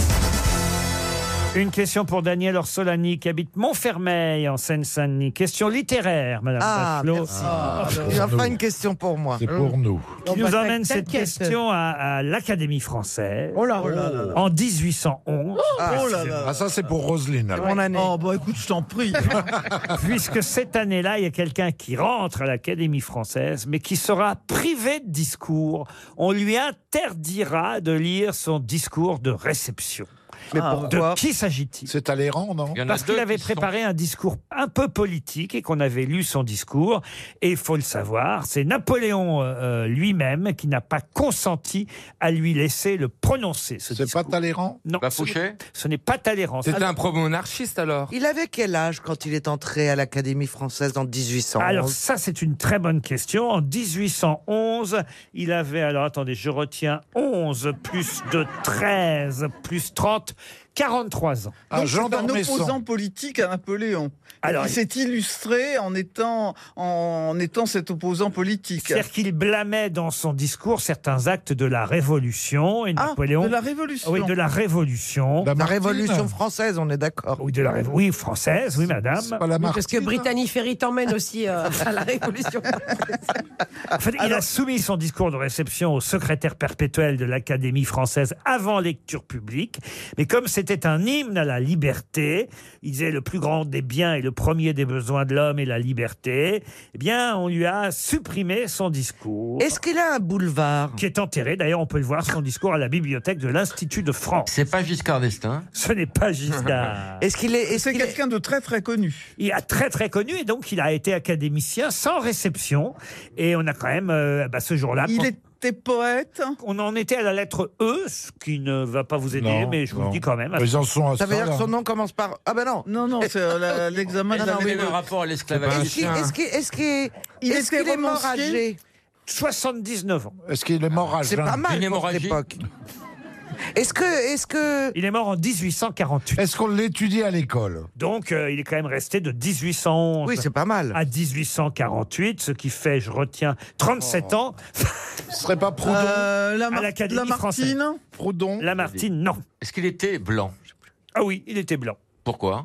Une question pour Daniel Orsolani qui habite Montfermeil en Seine-Saint-Denis. Question littéraire, Madame
Ah,
Bachelot.
merci.
pour
Il y a
nous.
pas une question pour moi.
C'est pour nous.
qui
bah,
nous
t'as-
emmène
t'as
cette
quête.
question à, à l'Académie française
Oh là, oh là là là.
en 1811,
Ah, oh là là.
Ah, ça, c'est pour Roselyne. alors.
Mon année.
Oh, bah écoute, je t'en prie.
puisque cette année-là, il y a quelqu'un qui rentre à l'Académie française, mais qui sera privé de discours. On lui interdira de lire son discours de réception.
Mais
Ah,
pourquoi
De qui s'agit-il
C'est Talleyrand, non
Il y en a
Parce qu'il
deux
avait
qui sont-
préparé un discours un peu politique et qu'on avait lu son discours. Et il faut le savoir, c'est Napoléon euh, lui-même qui n'a pas consenti à lui laisser le prononcer. Ce
C'est pas
discours.
Talleyrand
Non,
Bah,
ce n'est-
Fouché
ce n'est pas Talleyrand.
C'était un promo-monarchiste alors
Il avait quel âge quand il est entré à l'Académie française en 1800
Alors ça, c'est une très bonne question. En 1811, il avait, alors attendez, je retiens 11 plus 2, 13 plus 30, 43 ans.
Ah,
Donc,
Jean
c'est un
Dormesson.
opposant politique à Napoléon.
Alors,
il s'est illustré en étant, en étant cet opposant politique.
C'est-à-dire qu'il blâmait dans son discours certains actes de la Révolution et
Ah,
Napoléon...
de la Révolution.
Oui, de la Révolution.
La
Lamartine
Révolution française, on est d'accord.
Oui, de la Révo- oui, française, oui, madame.
C'est pas la
Oui, parce que
Martine
Brittany Ferry t'emmène aussi euh, à la Révolution.
En fait, il a soumis son discours de réception au secrétaire perpétuel de l'Académie française avant lecture publique. Mais comme c'était un hymne à la liberté, il disait le plus grand des biens et le premier des besoins de l'homme est la liberté. Eh bien, on lui a supprimé son discours.
Est-ce qu'il a un boulevard
qui est enterré, d'ailleurs on peut le voir, son discours à la bibliothèque de l'Institut de France.
C'est pas Giscard d'Estaing.
Ce n'est pas
Ah.
Giscard.
Est-ce qu'il est, est-ce
C'est
qu'il est-
quelqu'un de très très connu.
Il a très très connu et donc il a été académicien sans réception. Et on a quand même, euh, bah, ce jour-là,
Il était poète.
On en était à la lettre E, ce qui ne va pas vous aider,
Non,
mais je vous
non.
le dis quand même.
Mais Ils en sont à
Ça
ça.
veut dire que
là.
son nom commence par. Ah ben non.
Non, non, c'est euh, la- l'examen de
Est-ce
la
qu'il
mémoire.
avait un rapport à l'esclavage
Est-ce qu'il est-ce qu'il- est-ce qu'il est,
Il
est-ce
était
qu'il est mort
romancier
âgé
79 ans.
Est-ce qu'il est mort à
C'est
jeun
pas mal
Une
pour cette
hémorragie.
époque. Est-ce que, est-ce que,
Il est mort en 1848.
Est-ce qu'on l'étudie à l'école
Donc, euh, il est quand même resté de 1811
oui, c'est pas mal.
à 1848, ce qui fait, je retiens, 37 ans.
Oh. Ce serait pas Proudhon
Euh, la, Mar-
l'Académie
la Martine.
Proudhon
Lamartine, non.
Est-ce qu'il était blanc
Ah oui, il était blanc.
Pourquoi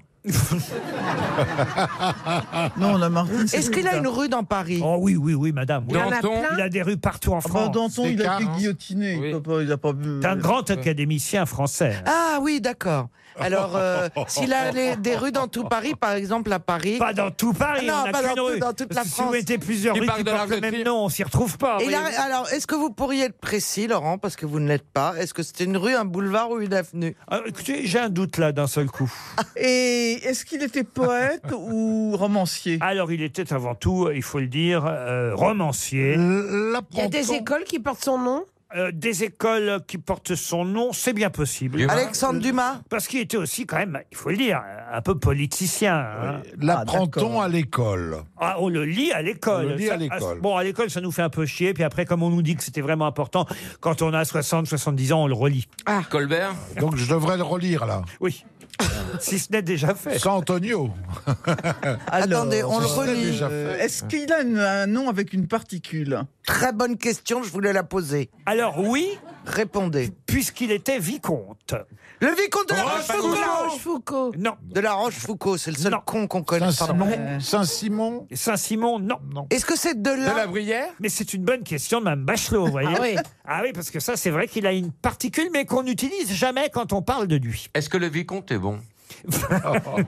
Non, la Martine. c'est
Est-ce qu'il a
ça.
une rue dans Paris
Oh oui, oui, oui, madame. oui.
Il y en a
Danton,
plein.
Il a des rues partout en
Ah bah,
France.
Danton, il a
Descartes,
été
hein.
guillotiné.
Oui.
Il a pas- Il a pas bu.
C'est un grand académicien français.
Ah oui, d'accord. Alors, euh, s'il a les- des rues dans tout Paris, par exemple à Paris,
Pas dans tout Paris,
Non,
on n'a
pas
qu'une
dans tout-
rue.
dans toute la
Parce que Si vous
France.
mettez plusieurs
Du
rues
parc
qui
de la
portent le même
Roquette.
nom, on s'y retrouve pas.
Et la-
voyez-vous.
alors, est-ce que vous pourriez être précis, Laurent, parce que vous ne l'êtes pas Est-ce que c'était une rue, un boulevard ou une avenue
Ah, écoutez, j'ai un doute là d'un seul coup.
Et est-ce qu'il était poète ou romancier
Alors, il était avant tout, il faut le dire, euh, romancier.
Il y a des
L'apprenti.
écoles qui portent son nom.
euh, des écoles qui portent son nom, c'est bien possible.
Dumas. Alexandre Dumas
Parce qu'il était aussi quand même, il faut le dire, un peu politicien. hein.
Ah,
L'apprend-on à l'école
Ah, on le lit à l'école.
On le lit
Ça-
à l'école.
ah, Bon, à l'école, ça nous fait un peu chier. Puis après, comme on nous dit que c'était vraiment important, quand on a 60, 70 ans, on le relit.
Ah.
Colbert
Donc je devrais le relire là.
Oui. si ce n'est déjà fait.
Sans Antonio. Euh,
Attendez, on le
Ce serait
relit.
déjà fait.
Est-ce qu'il a un nom avec une particule Très bonne question, je voulais la poser.
Alors oui
Répondez.
Puisqu'il était vicomte.
Le vicomte de la Rochefoucauld
Foucault.
Non.
De la Rochefoucauld, c'est le seul con qu'on connaît.
Saint-Simon Saint-Simon
Saint-Simon, Euh. non.
Est-ce que c'est de la...
la Bruyère Mais c'est une bonne question de Mme Bachelot, vous voyez.
Ah oui.
Ah oui, parce que ça, c'est vrai qu'il a une particule, mais qu'on n'utilise jamais quand on parle de lui.
Est-ce que le vicomte est bon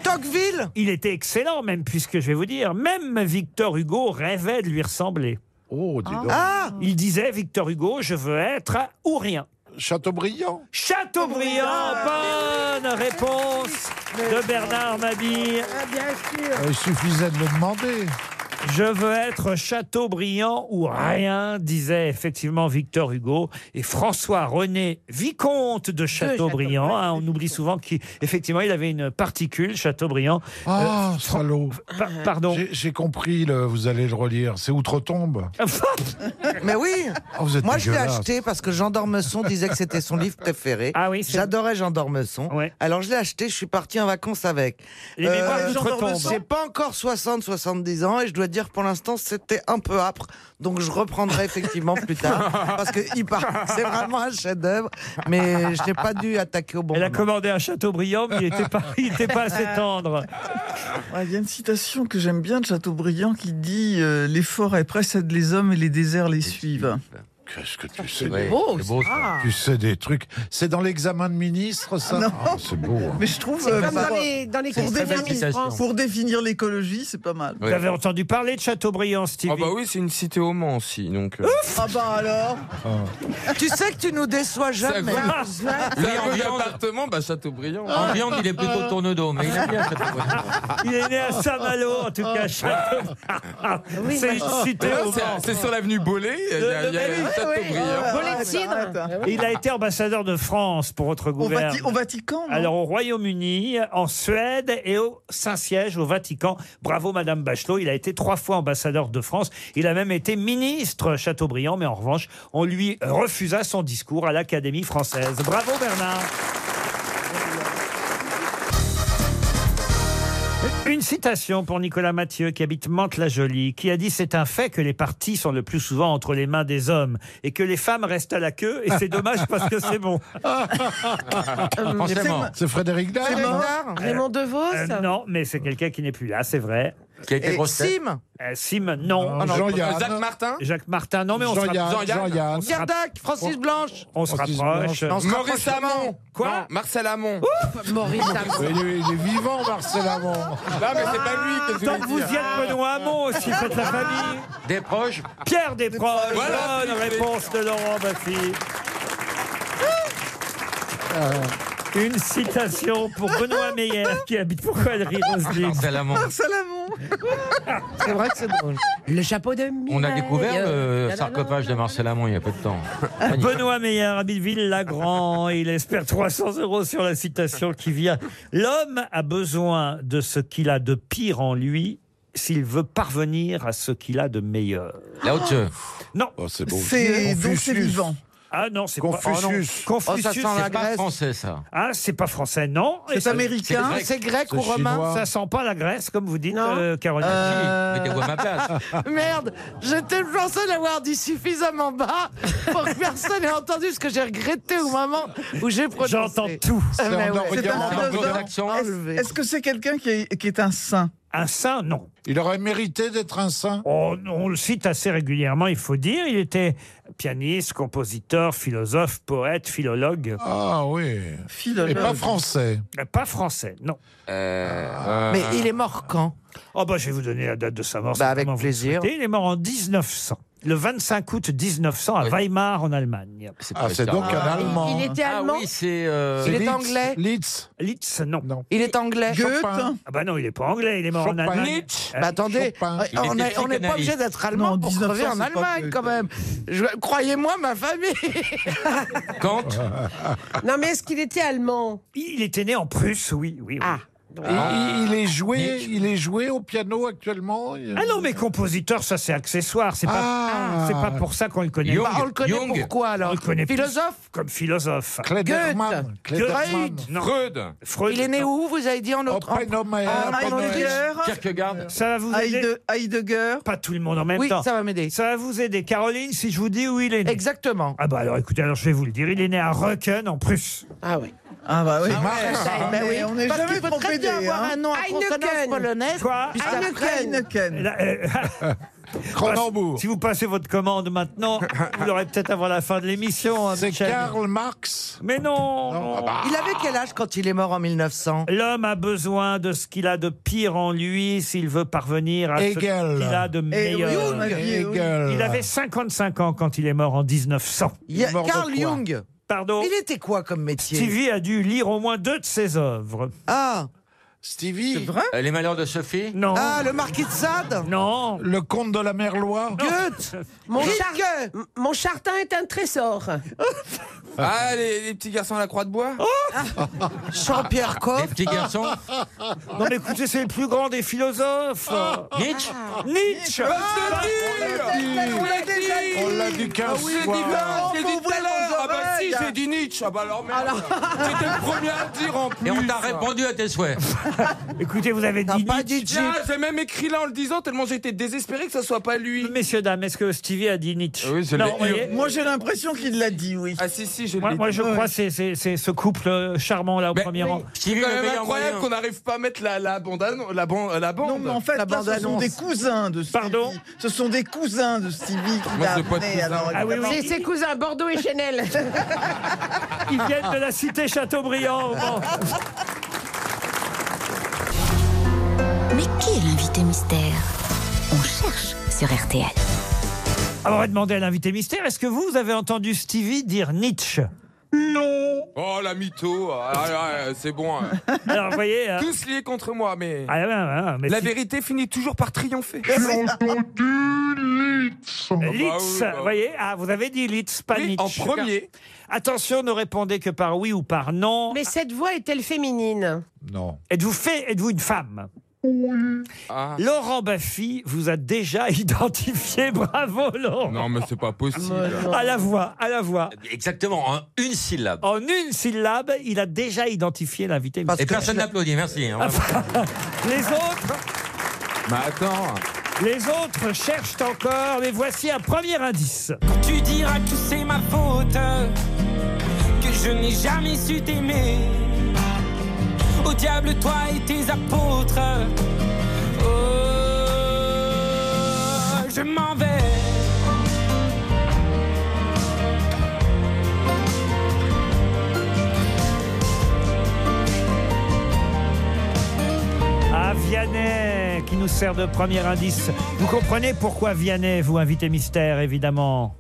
Tocqueville
Il était excellent, même, puisque je vais vous dire, même Victor Hugo rêvait de lui ressembler.
Oh, dis donc.
Ah Il disait, Victor Hugo, je veux être un ou rien.
Chateaubriand
Chateaubriand, bonne réponse de Bernard Mabille.
bien sûr.
Euh, Il suffisait de le demander.
Je veux être Chateaubriand ou rien, disait effectivement Victor Hugo. Et François-René, vicomte de Chateaubriand, hein, on oublie souvent qu'effectivement il avait une particule, Chateaubriand. Euh,
Ah, salaud.
Pa- pardon.
J'ai- J'ai compris, le, vous allez le relire. C'est Outre-Tombe.
Ah,
Mais oui
Oh, vous êtes
Moi, je l'ai
dégueulasse.
acheté parce que Jean Dormesson disait que c'était son livre préféré.
Ah oui, c'est-
J'adorais Jean Dormesson. Alors, je l'ai acheté, je suis parti en vacances avec.
Les mémoires de Jean Dormesson
J'ai pas encore 60-70 ans et je dois dire pour l'instant, c'était un peu âpre. Donc, je reprendrai effectivement plus tard. Parce que il part- c'est vraiment un chef-d'œuvre, mais je n'ai pas dû attaquer au bon
Elle a
moment.
commandé un Chateaubriand, mais il n'était pas, il était pas assez tendre.
Ah, Il y a une citation que j'aime bien de Chateaubriand qui dit euh, Les forêts précèdent les hommes et les déserts les suivent.
Qu'est-ce que tu sais
vrai.
des-
Beau, c'est beau, ça.
Ah. Tu sais des trucs. C'est dans l'examen de ministre, ça
Non.
Ah, C'est beau. hein.
Mais je trouve.
C'est
euh,
comme
pour-
dans les- dans les
pour,
questions
définir,
d'administration.
pour définir l'écologie, c'est pas mal.
Vous avez entendu parler de Chateaubriand, Stevie
Ah bah oui, c'est une cité au Mans aussi, donc. euh, Ah.
Ah bah alors
Tu sais que tu nous déçois jamais.
Lui, en appartement, bah Chateaubriand.
En viande, il est plutôt tourne dos, mais il aime bien Chateaubriand. Oh.
Il est né à Saint-Malo, en tout cas, Chateaubriand.
Oui,
C'est une
mais-
cité
Mais non,
au
c'est-
Mans.
C'est sur l'avenue Bollé, il y a, il y a Chateaubriand.
Et Il a été ambassadeur de France pour votre
Ah Au,
gouvernement.
Vati- au Vatican non
Alors au Royaume-Uni, en Suède et au Saint-Siège, au Vatican. Bravo Madame Bachelot, il a été trois fois ambassadeur de France. Il a même été ministre Chateaubriand, mais en revanche, on lui refusa son discours à l'Académie française. Bravo Bernard. Une citation pour Nicolas Mathieu qui habite Mantes-la-Jolie, qui a dit c'est un fait que les partis sont le plus souvent entre les mains des hommes et que les femmes restent à la queue et c'est dommage parce que c'est bon.
Euh,
Français mort.
Euh, C'est Frédéric Dard
C'est
non
Bernard
Raymond DeVos
Euh, non, mais c'est quelqu'un qui n'est plus là, c'est vrai.
Qui a été
Et
grosse tête.
Sim
Euh, Sim, non.
Ah non, Jean-Yann.
Jacques Martin
Jacques Martin, non mais on se
Jean-Yann,
rapproche.
Jean-Yann.
Jean-Yann.
On se
Pierre
rapp-
Dac, Francis Blanche.
on se
Francis
rapproche.
Blanche.
Maurice Hamon
Quoi
Non, Marcel Hamon
Maurice
Mais Il est, il est vivant, Marcel Hamon.
Non, mais c'est pas lui que je
Tant
voulais
que vous y
dire.
êtes, Benoît Hamon aussi, faites la famille.
Des proches
Pierre Desproges,
Voilà,
bonne
c'est fait.
réponse de Laurent Baffy. Euh, Une citation pour Benoît Meyer qui habite. Pourquoi elle rit, Roselyne
Ah, Marcel Hamon.
Salamon
C'est vrai que c'est drôle.
Le chapeau de Mireille.
On a découvert euh, le sarcophage de Marcel Hamon il y a peu de temps.
Benoît Meyer habite Ville-Lagrand. Il espère 300 euros sur la citation qui vient. L'homme a besoin de ce qu'il a de pire en lui s'il veut parvenir à ce qu'il a de meilleur.
La haute jeu.
Non.
Oh, c'est beau.
C'est donc c'est
Confucius.
vivant.
Ah non, c'est pas... ah non.
Confucius.
Confucius,
Oh, ça sent la
c'est pas-
Pas
Grèce.
français, ça.
Ah, c'est pas français, non. Et
C'est
ça-
américain.
C'est grec ou
C'est
romain
chinois.
Ça sent pas la Grèce, comme vous dites,
Non.
euh, Caroline.
Mettez-vous à ma place.
Hein Merde, j'étais chanceux d'avoir dit suffisamment bas pour que personne ait entendu ce que j'ai regretté au moment où j'ai prononcé.
J'entends tout.
Eh ben
en
ouais.
Orient.
C'est un
Regarde,
philosophe.
regarde l'accent.
Est-ce est-ce que c'est quelqu'un qui est, qui est un saint
Un saint, non.
Il aurait mérité d'être un saint.
On, on le cite assez régulièrement, il faut dire. Il était pianiste, compositeur, philosophe, poète, philologue.
Ah oui. Et
Philologue.
pas français. Ah.
Pas français, non.
Euh,
Mais
euh,
il est mort quand
Oh bah, Ah, je vais vous donner la date de sa mort.
Bah,
c'est
avec
comment vous le
plaisir.
souhaitez. Il est mort en 1900. le 25 août 1900 à Weimar en Allemagne.
Ah, pas c'est ça. donc un Ah, Allemand. il- il était allemand
Ah oui, c'est. euh,
C'est Il est Liszt. anglais
Liszt. Liszt, non.
Il est anglais. Goethe. Chopin.
Ah bah non, il est pas anglais, il est mort
Chopin.
en Allemagne. Hein
Nietzsche. Bah attendez, euh, on est- on n'est pas obligé d'être allemand pour crever en Allemagne quand même. Je- Croyez-moi, ma famille.
Kant
Non, mais est-ce qu'il était allemand
Il était né en Prusse, oui, oui.
Ah.
Et il, il est joué, il est joué au piano actuellement. euh, Il-
Ah non, mais compositeur, ça c'est accessoire. C'est pas,
Ah.
c'est pas pour ça qu'on le connaît.
Jung, Bah, on le connaît Jung. pour quoi, alors
On le connaît plus
Philosophe
Comme philosophe.
Klederman,
Goethe.
Klederman.
Freud. Non.
Freud.
Freud.
Il est né
non.
où Vous avez dit en autre. en- en-
Kierkegaard.
Ah, Ça va vous aider. Heidegger. Pas tout le monde en même
Euh, Oui,
temps.
ça va m'aider.
Ça va vous aider. Caroline, si je vous dis où il est né.
Exactement.
Ah bah alors écoutez, alors je vais vous le dire. Il est né à Röcken en Prusse.
Ah oui.
Ah bah oui.
Bah oui, parce qu'il peut très bien
hein.
avoir un nom à consonance polonaise.
Quoi
puisque après,
Là, euh,
Cronenbourg.
Bah, Si vous passez votre commande maintenant, vous l'aurez peut-être avant la fin de l'émission. hein,
C'est
Michel.
Karl Marx.
Mais
Ah
non,
bah
Il avait quel âge quand il est mort en 1900
L'homme a besoin de ce qu'il a de pire en lui s'il veut parvenir à
Hegel.
ce qu'il a de
Eh oui,
meilleur. Eh
Jung, Hegel.
Il avait 55 ans quand il est mort en 1900.
Il y a- Carl Jung.
Pardon
Il était quoi comme métier
Stevie a dû lire au moins deux de ses œuvres.
Ah
Stevie. C'est
vrai
Euh, Les malheurs de Sophie
Non.
Ah, le marquis de Sade
Non.
Le comte de la Merloire.
Goethe
Mon,
Rilke.
char- M- Mon chartin est un trésor.
Ah, les, les petits garçons à la croix de bois
Oh
Jean-Pierre Coff.
Les petits garçons
Non mais écoutez, c'est le plus grand des philosophes.
Nietzsche
Nietzsche
Ah,
On l'a
dit
On l'a dit 15
Ah oui, j'ai dit
fois.
Oh,
vingt, j'ai dit tout à l'heure. Ah bah si,
oreilles.
j'ai dit Nietzsche. Ah bah alors merde. C'était le premier à le dire en plus.
Et on t'a répondu à tes souhaits.
Écoutez, vous avez dit Nietzsche.
Là, j'ai même écrit là en le disant tellement j'étais désespéré que ça soit pas lui.
Messieurs, dames, est-ce que Stevie a dit Nietzsche
Oui, je
Non,
l'ai
vous
eu.
voyez
Moi j'ai l'impression qu'il l'a dit, oui.
Ah si, si, je l'ai
Moi, moi,
dit.
je crois que c'est- c'est c'est ce couple charmant là au premier rang.
C'est quand même incroyable qu'on
a...
n'arrive pas à mettre la, la bande. annon- La, ban- euh, la bande.
Non, mais en fait, là, ce sont
annonce.
des cousins de Stevie.
Pardon
Ce sont des cousins de Stevie qui
Moi,
l'a
c'est pas de
amené.
cousins.
Alors,
Ah oui,
évidemment.
C'est ses cousins Bordeaux et Chanel.
Ils viennent de la cité Chateaubriand. bon.
Mais qui est l'invité mystère On cherche sur RTL.
Alors, on va demander à l'invité mystère, est-ce que vous, vous avez entendu Stevie dire Nietzsche Non
Oh la mytho. Ah, ah, ah, c'est bon. hein.
Alors, vous voyez... hein.
Tous liés contre moi, mais.
Ah, ouais, ouais, ouais, mais
la
si-
vérité finit toujours par triompher.
Litz,
bah.
vous voyez Ah, vous avez dit Litz, pas
Oui,
Nietzsche.
en premier.
Attention, ne répondez que par oui ou par non.
Mais cette voix est-elle féminine
Non.
Êtes-vous fait Êtes-vous une femme
Ah.
Laurent Baffy vous a déjà identifié. Bravo, Laurent
Non, mais c'est pas possible.
Ah,
À la voix, à la voix.
Exactement, en une syllabe.
En une syllabe, il a déjà identifié l'invité.
Et personne n'applaudit, merci. hein, vraiment.
Les autres,
Mais
Bah,
attends.
Ah, les autres cherchent encore, mais voici un premier indice.
Tu diras que c'est ma faute, que je n'ai jamais su t'aimer. Au diable, toi et tes apôtres. Oh, je m'en vais.
Ah, Vianney, qui nous sert de premier indice. Vous comprenez pourquoi Vianney, vous invité mystère, évidemment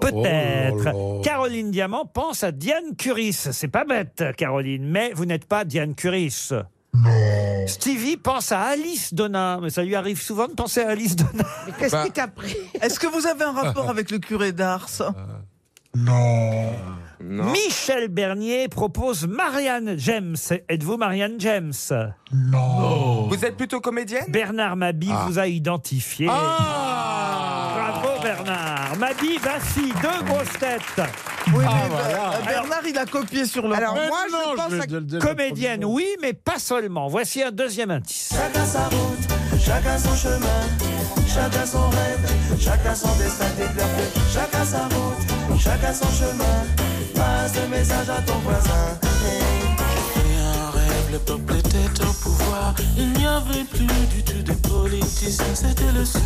Peut-être.
Oh là là.
Caroline Diamant pense à Diane Curis. C'est pas bête, Caroline, mais vous n'êtes pas Diane Curis. Non. Stevie pense à Alice Donna, mais ça lui arrive souvent de penser à Alice Donna.
Mais qu'est-ce
Bah.
qui t'a pris
Est-ce que vous avez un rapport avec le curé d'Ars
Non.
Michel Bernier propose Marianne James. Êtes-vous Marianne James
Vous êtes plutôt comédienne
Bernard Mabi
Ah.
vous a identifié.
Ah.
Bravo Bernard. Mabi, Bassi, deux grosses têtes.
Oui,
Ah,
mais
voilà.
euh, Bernard, il a copié sur le.
Alors
Mais
moi,
non,
je pense
vais
à...
te le dire.
Comédienne, oui, mais pas seulement. Voici un deuxième indice.
Chacun sa route, chacun son chemin, chacun son rêve, chacun son destin déclaré. Chacun sa route, chacun son chemin, passe le message à ton voisin. Et un rêve, le peuple était au pouvoir. Il n'y avait plus du tout de politiciens, c'était le sou,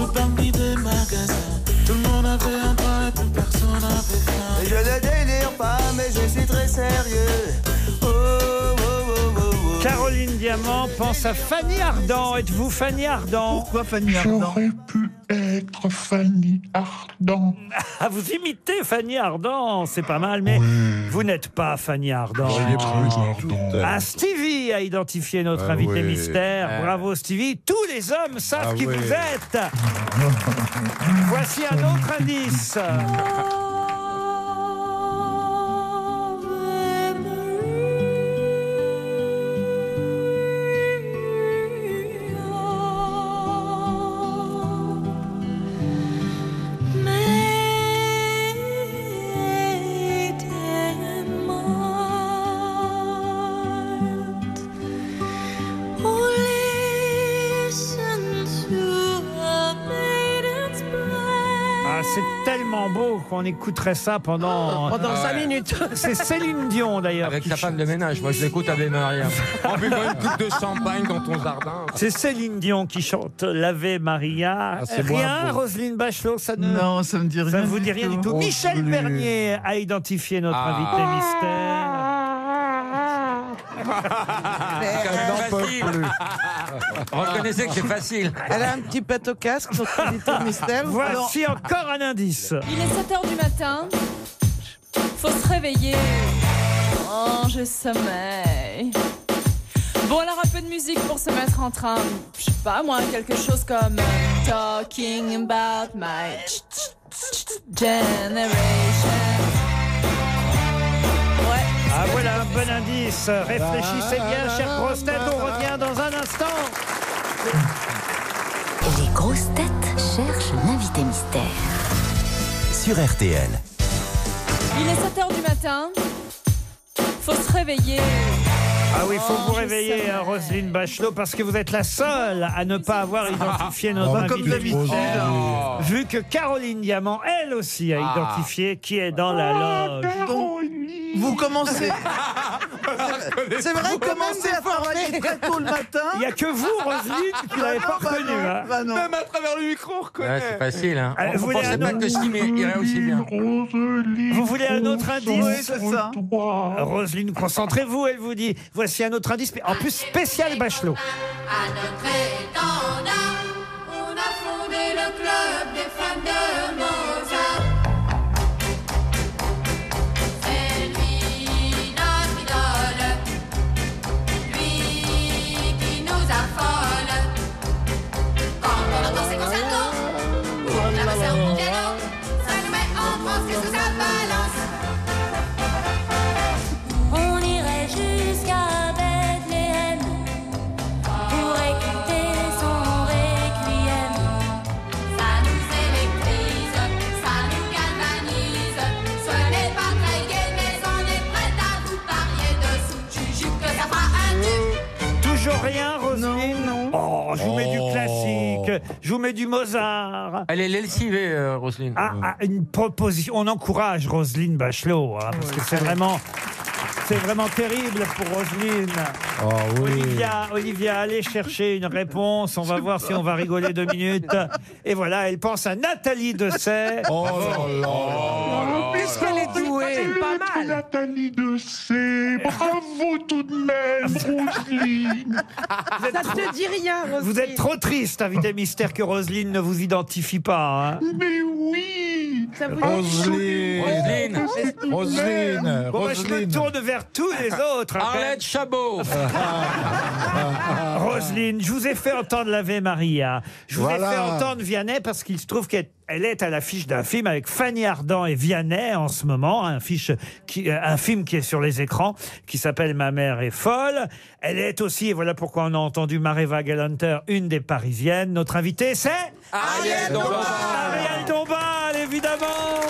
le bandit des magasins. Tout le monde avait un pain et plus personne n'avait faim.
Je ne délire pas, mais je suis très sérieux. Oh,
Caroline Diamant pense à Fanny Ardant. Êtes-vous Fanny Ardant
Pourquoi Fanny Ardant
être Fanny Ardant.
Ah, vous imitez Fanny Ardant, c'est pas mal, mais vous n'êtes pas Fanny Ardant.
J'aurais cru, Ardant.
Ah, Stevie a identifié notre
Ah
invité
ouais.
mystère.
Ah.
Bravo Stevie. Tous les hommes savent
Ah
qui
ouais.
vous êtes. Voici un autre indice.
Oh.
Ah, c'est tellement beau qu'on écouterait ça pendant euh,
Oh, Pendant cinq minutes.
C'est Céline Dion d'ailleurs.
Avec sa femme de ménage, moi je l'écoute hein. avec Maria. En buvant une coupe de champagne dans ton jardin.
C'est Céline Dion qui chante L'Ave Maria.
Ah,
c'est moins
rien,
beau.
Roselyne Bachelot, ça ne.
Non, ça me dit rien.
Ça vous dit rien du
Oh,
tout. Michel Bernier a identifié notre
Ah.
invité mystère.
Reconnaissez que c'est facile.
Elle a un petit pet au casque pour son mystère.
Voici encore un indice.
Il est 7 heures du matin. Faut se réveiller. Oh, je sommeille. Bon, alors un peu de musique pour se mettre en train. Je sais pas, moi, quelque chose comme euh, Talking about my ch- ch- ch- ch- generation.
Ah voilà un bon indice. Réfléchissez bien, chère grosse tête. On revient dans un instant.
Les grosses têtes cherchent l'invité mystère.
Sur RTL.
Il est 7 heures du matin. Faut se réveiller.
Ah oui, faut vous
Oh, je
réveiller,
sommeille.
hein, Roselyne Bachelot, parce que vous êtes la seule à ne pas avoir identifié notre
Bah,
invité.
comme d'habitude.
Oh. Vu que Caroline Diamant, elle aussi, a
Ah.
identifié qui est dans
Oh,
la loge.
Vous commencez. Ah, C'est vrai, commencez à travailler très tôt le matin. Bah
Il n'y a que vous, Roselyne, qui l'avez pas reconnu. hein.
Même
à travers le micro, on reconnaît.
Ouais, c'est facile. Hein.
Euh,
On-
vous
on
voulez
pensait
un
pas
autre-
que Sim irait aussi bien.
Vous voulez un autre indice
Oui, c'est ça.
Roselyne, concentrez-vous, elle vous dit. Voici un autre indice, mais en plus spécial Bachelot.
À notre étendard, on a fondé le club des fans de Mozart. C'est lui notre idole, lui qui nous affole. Quand on entend ses concertos, pour la passer au piano, ça nous met en transe, qu'est-ce que ça balance
On irait jusqu'à Bethléem pour écouter son requiem.
Ça nous électrise, ça nous galvanise. Ce n'est pas très gai, mais on est prêt à vous parier dessous. Juju que ça fera un tube.
Toujours rien, Roselyne Oh, je vous mets du
Oh.
classique, je vous mets du Mozart.
Elle est lessivée, euh, Roselyne.
Ah, ah, une proposition. On encourage Roselyne Bachelot, hein, parce que c'est vraiment, c'est vraiment terrible pour Roselyne.
Ah
Olivia, Olivia, allez chercher une réponse. On va voir si on va rigoler deux minutes. Et voilà, elle pense à Nathalie Dessay. Oh
qu'elle est douée, pas mal. Nathalie de C. Bravo tout de même, Roselyne.
Ah, Ça te dit rien, Roselyne.
Vous êtes trop triste, invité mystère, que Roselyne ne vous identifie pas. hein.
Mais oui.
Ça vous
Roselyne.
Roselyne.
Roselyne.
Bon, bah, je me
Roselyne.
tourne vers tous les autres.
Arlette Chabot.
Roselyne, je vous ai fait entendre l'Ave Maria. Je vous
Voilà.
ai fait entendre Vianney parce qu'il se trouve qu'elle elle est à l'affiche d'un film avec Fanny Ardant et Vianney en ce moment, un, fiche qui, euh, un film qui est sur les écrans qui s'appelle Ma mère est folle. Elle est aussi, et voilà pourquoi on a entendu Mareva Galanter, une des Parisiennes. Notre invitée, c'est
Ah.
Ariel Dombal.
Ariel Dombal, évidemment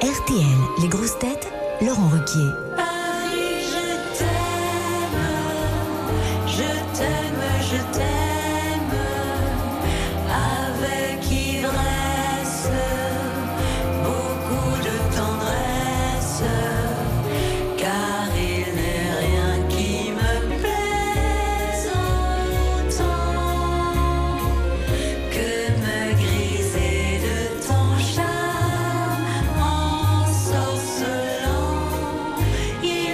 RTL, les grosses têtes, Laurent Ruquier.
Paris, je t'aime, je t'aime, je t'aime, avec ivresse, beaucoup de tendresse, car il n'est rien qui me plaise autant que me griser de ton charme en sorcelant. Il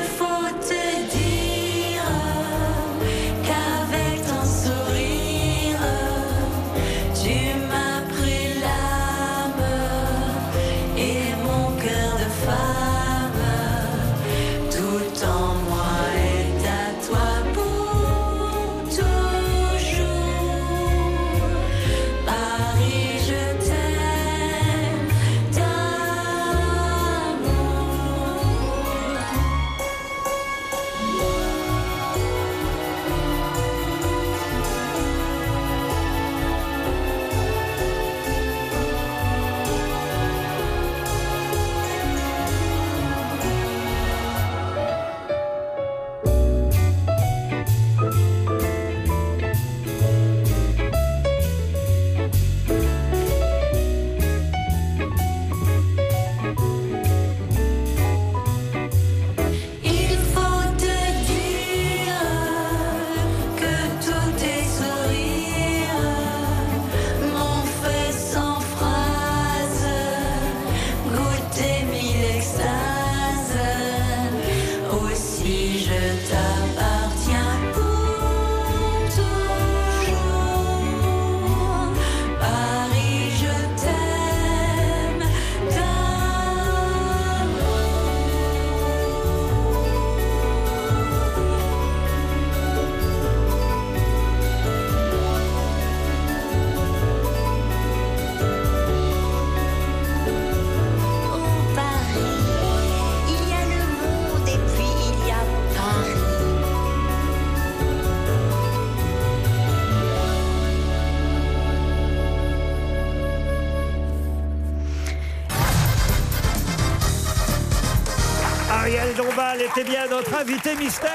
Elle était bien notre invitée mystère.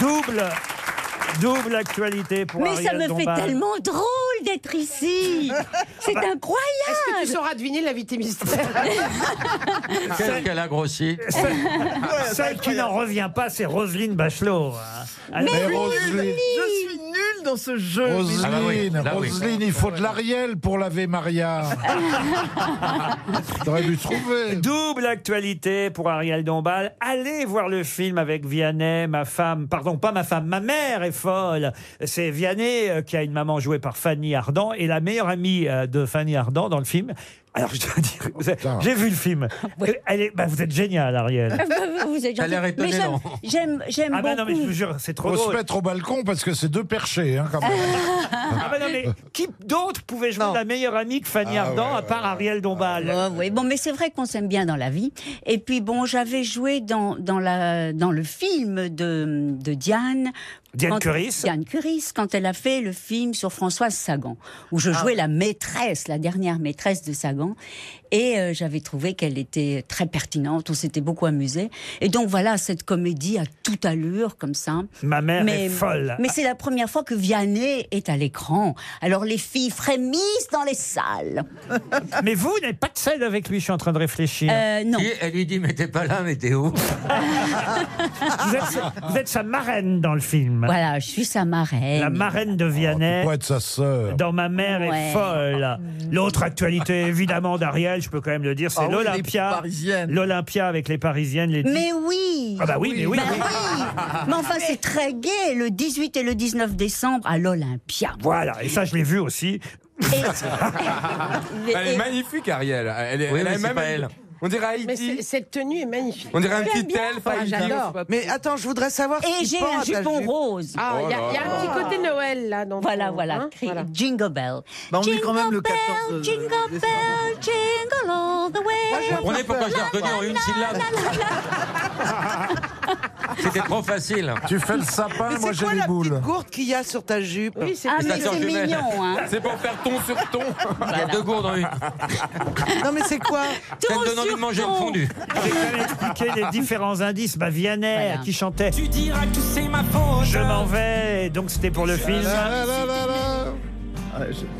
Double, double actualité pour
Mais
Ariel
ça me fait
Dombal.
tellement drôle d'être ici. C'est
Bah,
incroyable.
Est-ce que tu sauras deviner l'invité mystère
Qu'est-ce qu'elle a grossi
Celle, celle qui n'en revient pas, c'est Roselyne Bachelot. hein. Elle-
Mais Roselyne, je suis nulle dans ce jeu. mais
Roselyne,
nulle.
ah bah
Roselyne, il faut de l'Ariel pour laver Maria. T'aurais dû trouver.
Double actualité pour Ariel Dombal. Allez voir le film avec Vianney, ma femme, pardon, pas ma femme, ma mère est folle. C'est Vianney euh, qui a une maman jouée par Fanny Ardant et la meilleure amie euh, de Fanny Ardant dans le film. Alors je dois dire, vous avez- j'ai vu le film. Elle est, bah, vous êtes génial, Ariel.
Ah, Vous êtes
T'as l'air
gentil.
étonné,
Mais j'aime-
non
j'aime, j'aime
Ah bah non, mais je
beaucoup.
vous jure, c'est trop
Faut
drôle.
se mettre au balcon parce que c'est deux perchés, hein, quand même.
Ah bah non, mais qui d'autre pouvait jouer la meilleure amie que Fanny
Ah
Ardant
ouais,
à part Ariel Dombal
Ouais, ouais. Ah, bah, Bon, mais c'est vrai qu'on s'aime bien dans la vie. Et puis, bon, j'avais joué dans, dans, la, dans le film de, de Diane.
Diane
Quand-
Curis
Diane Curis, quand elle a fait le film sur Françoise Sagan, où
Ah.
je jouais la maîtresse, la dernière maîtresse de Sagan. Et euh, j'avais trouvé qu'elle était très pertinente, on s'était beaucoup amusé. Et donc, voilà, cette comédie à toute allure, comme ça.
Ma mère est folle.
Mais c'est la première fois que Vianney est à l'écran. Alors, les filles frémissent dans les salles.
Mais vous n'êtes pas de celle avec lui, je suis en train de réfléchir.
Euh, non.
Et elle lui dit, mais t'es pas là, mais t'es où
Vous êtes, vous êtes sa marraine dans le film.
Voilà, je suis sa marraine.
La marraine de Vianney.
Faut Oh, être sa sœur.
Dans Ma mère
Ouais.
est folle. L'autre actualité, évidemment, d'Ariel, je peux quand même le dire, c'est
Ah oui, les
l'Olympia. L'Olympia avec les Parisiennes. Les...
Mais oui
Ah bah oui, mais oui, Ah.
Bah
oui.
Mais enfin, c'est très gai, le 18 et le 19 décembre à l'Olympia.
Voilà, et ça, je l'ai vu aussi.
Elle est magnifique, Ariel. Elle, est-
Oui,
elle
mais
a
c'est
même
pas
une-
elle.
On dirait
Mais
Haïti.
c'est- cette tenue est magnifique.
On dirait un petit tel,
Ah, J'adore.
Mais attends, je voudrais savoir.
Et j'ai un jupon rose.
Ah, il y, a- il y a un petit côté Noël là. Dans
Voilà,
ton-
voilà,
hein,
cri- Jingle Bell.
Bah, on est
jingle
quand même le euh,
bell,
14
Jingle Bell, jingle all the way.
On est pourquoi je l'ai reconnu en une syllabe. C'était trop facile.
Tu fais le sapin,
Mais
moi
c'est
j'ai
quoi
les
la
boules.
petite gourde qu'il y a sur ta jupe
c'est- Ah, mais c'est mignon, hein.
C'est pour faire ton sur ton.
Il y a deux gourdes en une.
Non mais c'est quoi
Ça me donne envie de manger une fondue.
J'ai quand même expliqué les différents indices. Bah, Vianney
Voilà.
qui chantait
Tu diras que c'est ma faute.
Je m'en vais, donc c'était pour le film.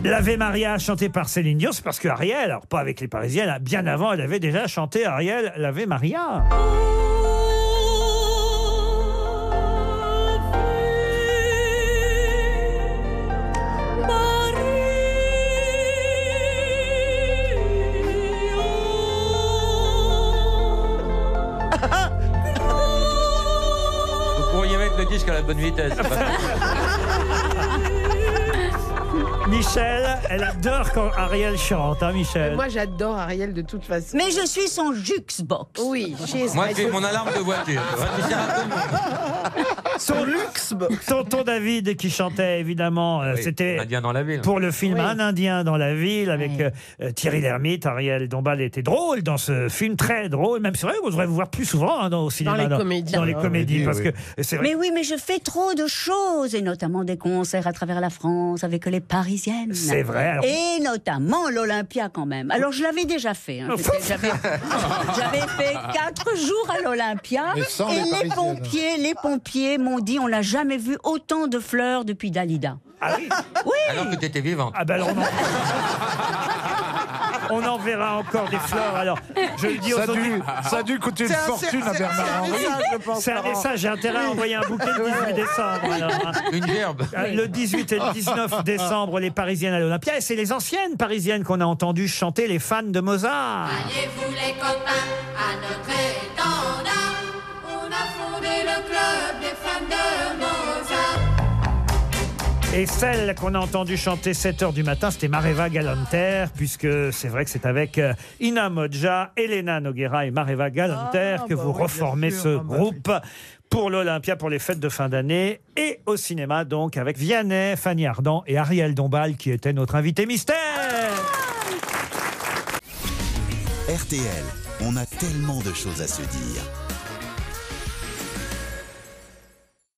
L'Ave Maria chanté par Céline Dion, c'est parce que Ariel, alors pas avec les Parisiennes, hein, bien avant, elle avait déjà chanté Ariel l'Ave Maria.
Vous pourriez mettre le disque à la bonne vitesse. c'est pas-
Michel, elle adore quand Ariel chante, hein, Michel.
Moi, j'adore Ariel de toute façon.
Mais je suis son juxbox.
Oui, chez
Moi, c'est mon alarme de voiture.
Son
luxe
Tonton David qui chantait évidemment, euh, c'était
Indien dans la ville.
pour le film Un Indien dans la ville avec euh, Thierry Lhermitte, Ariel Dombal était drôle dans ce film, très drôle, même c'est vrai qu'on devrait vous voir plus souvent hein, dans, au cinéma.
les comédies.
Dans les
Dans les
comédies,
comédies,
parce
oui.
que c'est vrai.
Mais oui, mais je fais trop de choses, et notamment des concerts à travers la France avec les Parisiennes.
C'est vrai, alors-
Et notamment l'Olympia quand même. Alors je l'avais déjà fait.
Oh,
hein. J'étais- J'avais j'avais fait quatre jours à l'Olympia.
Mais sans
et
les
les
Parisiennes.
pompiers, les pompiers m'ont dit on n'a jamais vu autant de fleurs depuis Dalida.
Alors que t'étais vivant.
Ah bah alors on On en verra encore des fleurs. Alors, je le dis aux
Ça a dû-
auditeurs-
ça a dû coûter une C'est un- fortune à c'est- Bernard hein. c'est un Henry. message, je pense,
C'est un
Laurent.
message, j'ai intérêt à envoyer un bouquet le 18 décembre. alors, hein.
Une gerbe.
Euh, Le 18 et le 19 décembre, les Parisiennes à l'Olympia. Et c'est les anciennes Parisiennes qu'on a entendues chanter les fans de Mozart.
Allez-vous les copains à notre étendard On a fondé le club des femmes de Mozart.
Et celle qu'on a entendue chanter 7 heures du matin, c'était Mareva Galanter, puisque c'est vrai que c'est avec euh, Ina Modja, Elena Noguera et Mareva Galanter que vous reformez ce groupe pour l'Olympia, pour les fêtes de fin d'année et au cinéma, donc avec Vianney, Fanny Ardant et Ariel Dombal qui était notre invité mystère.
RTL, on a tellement de choses à se dire.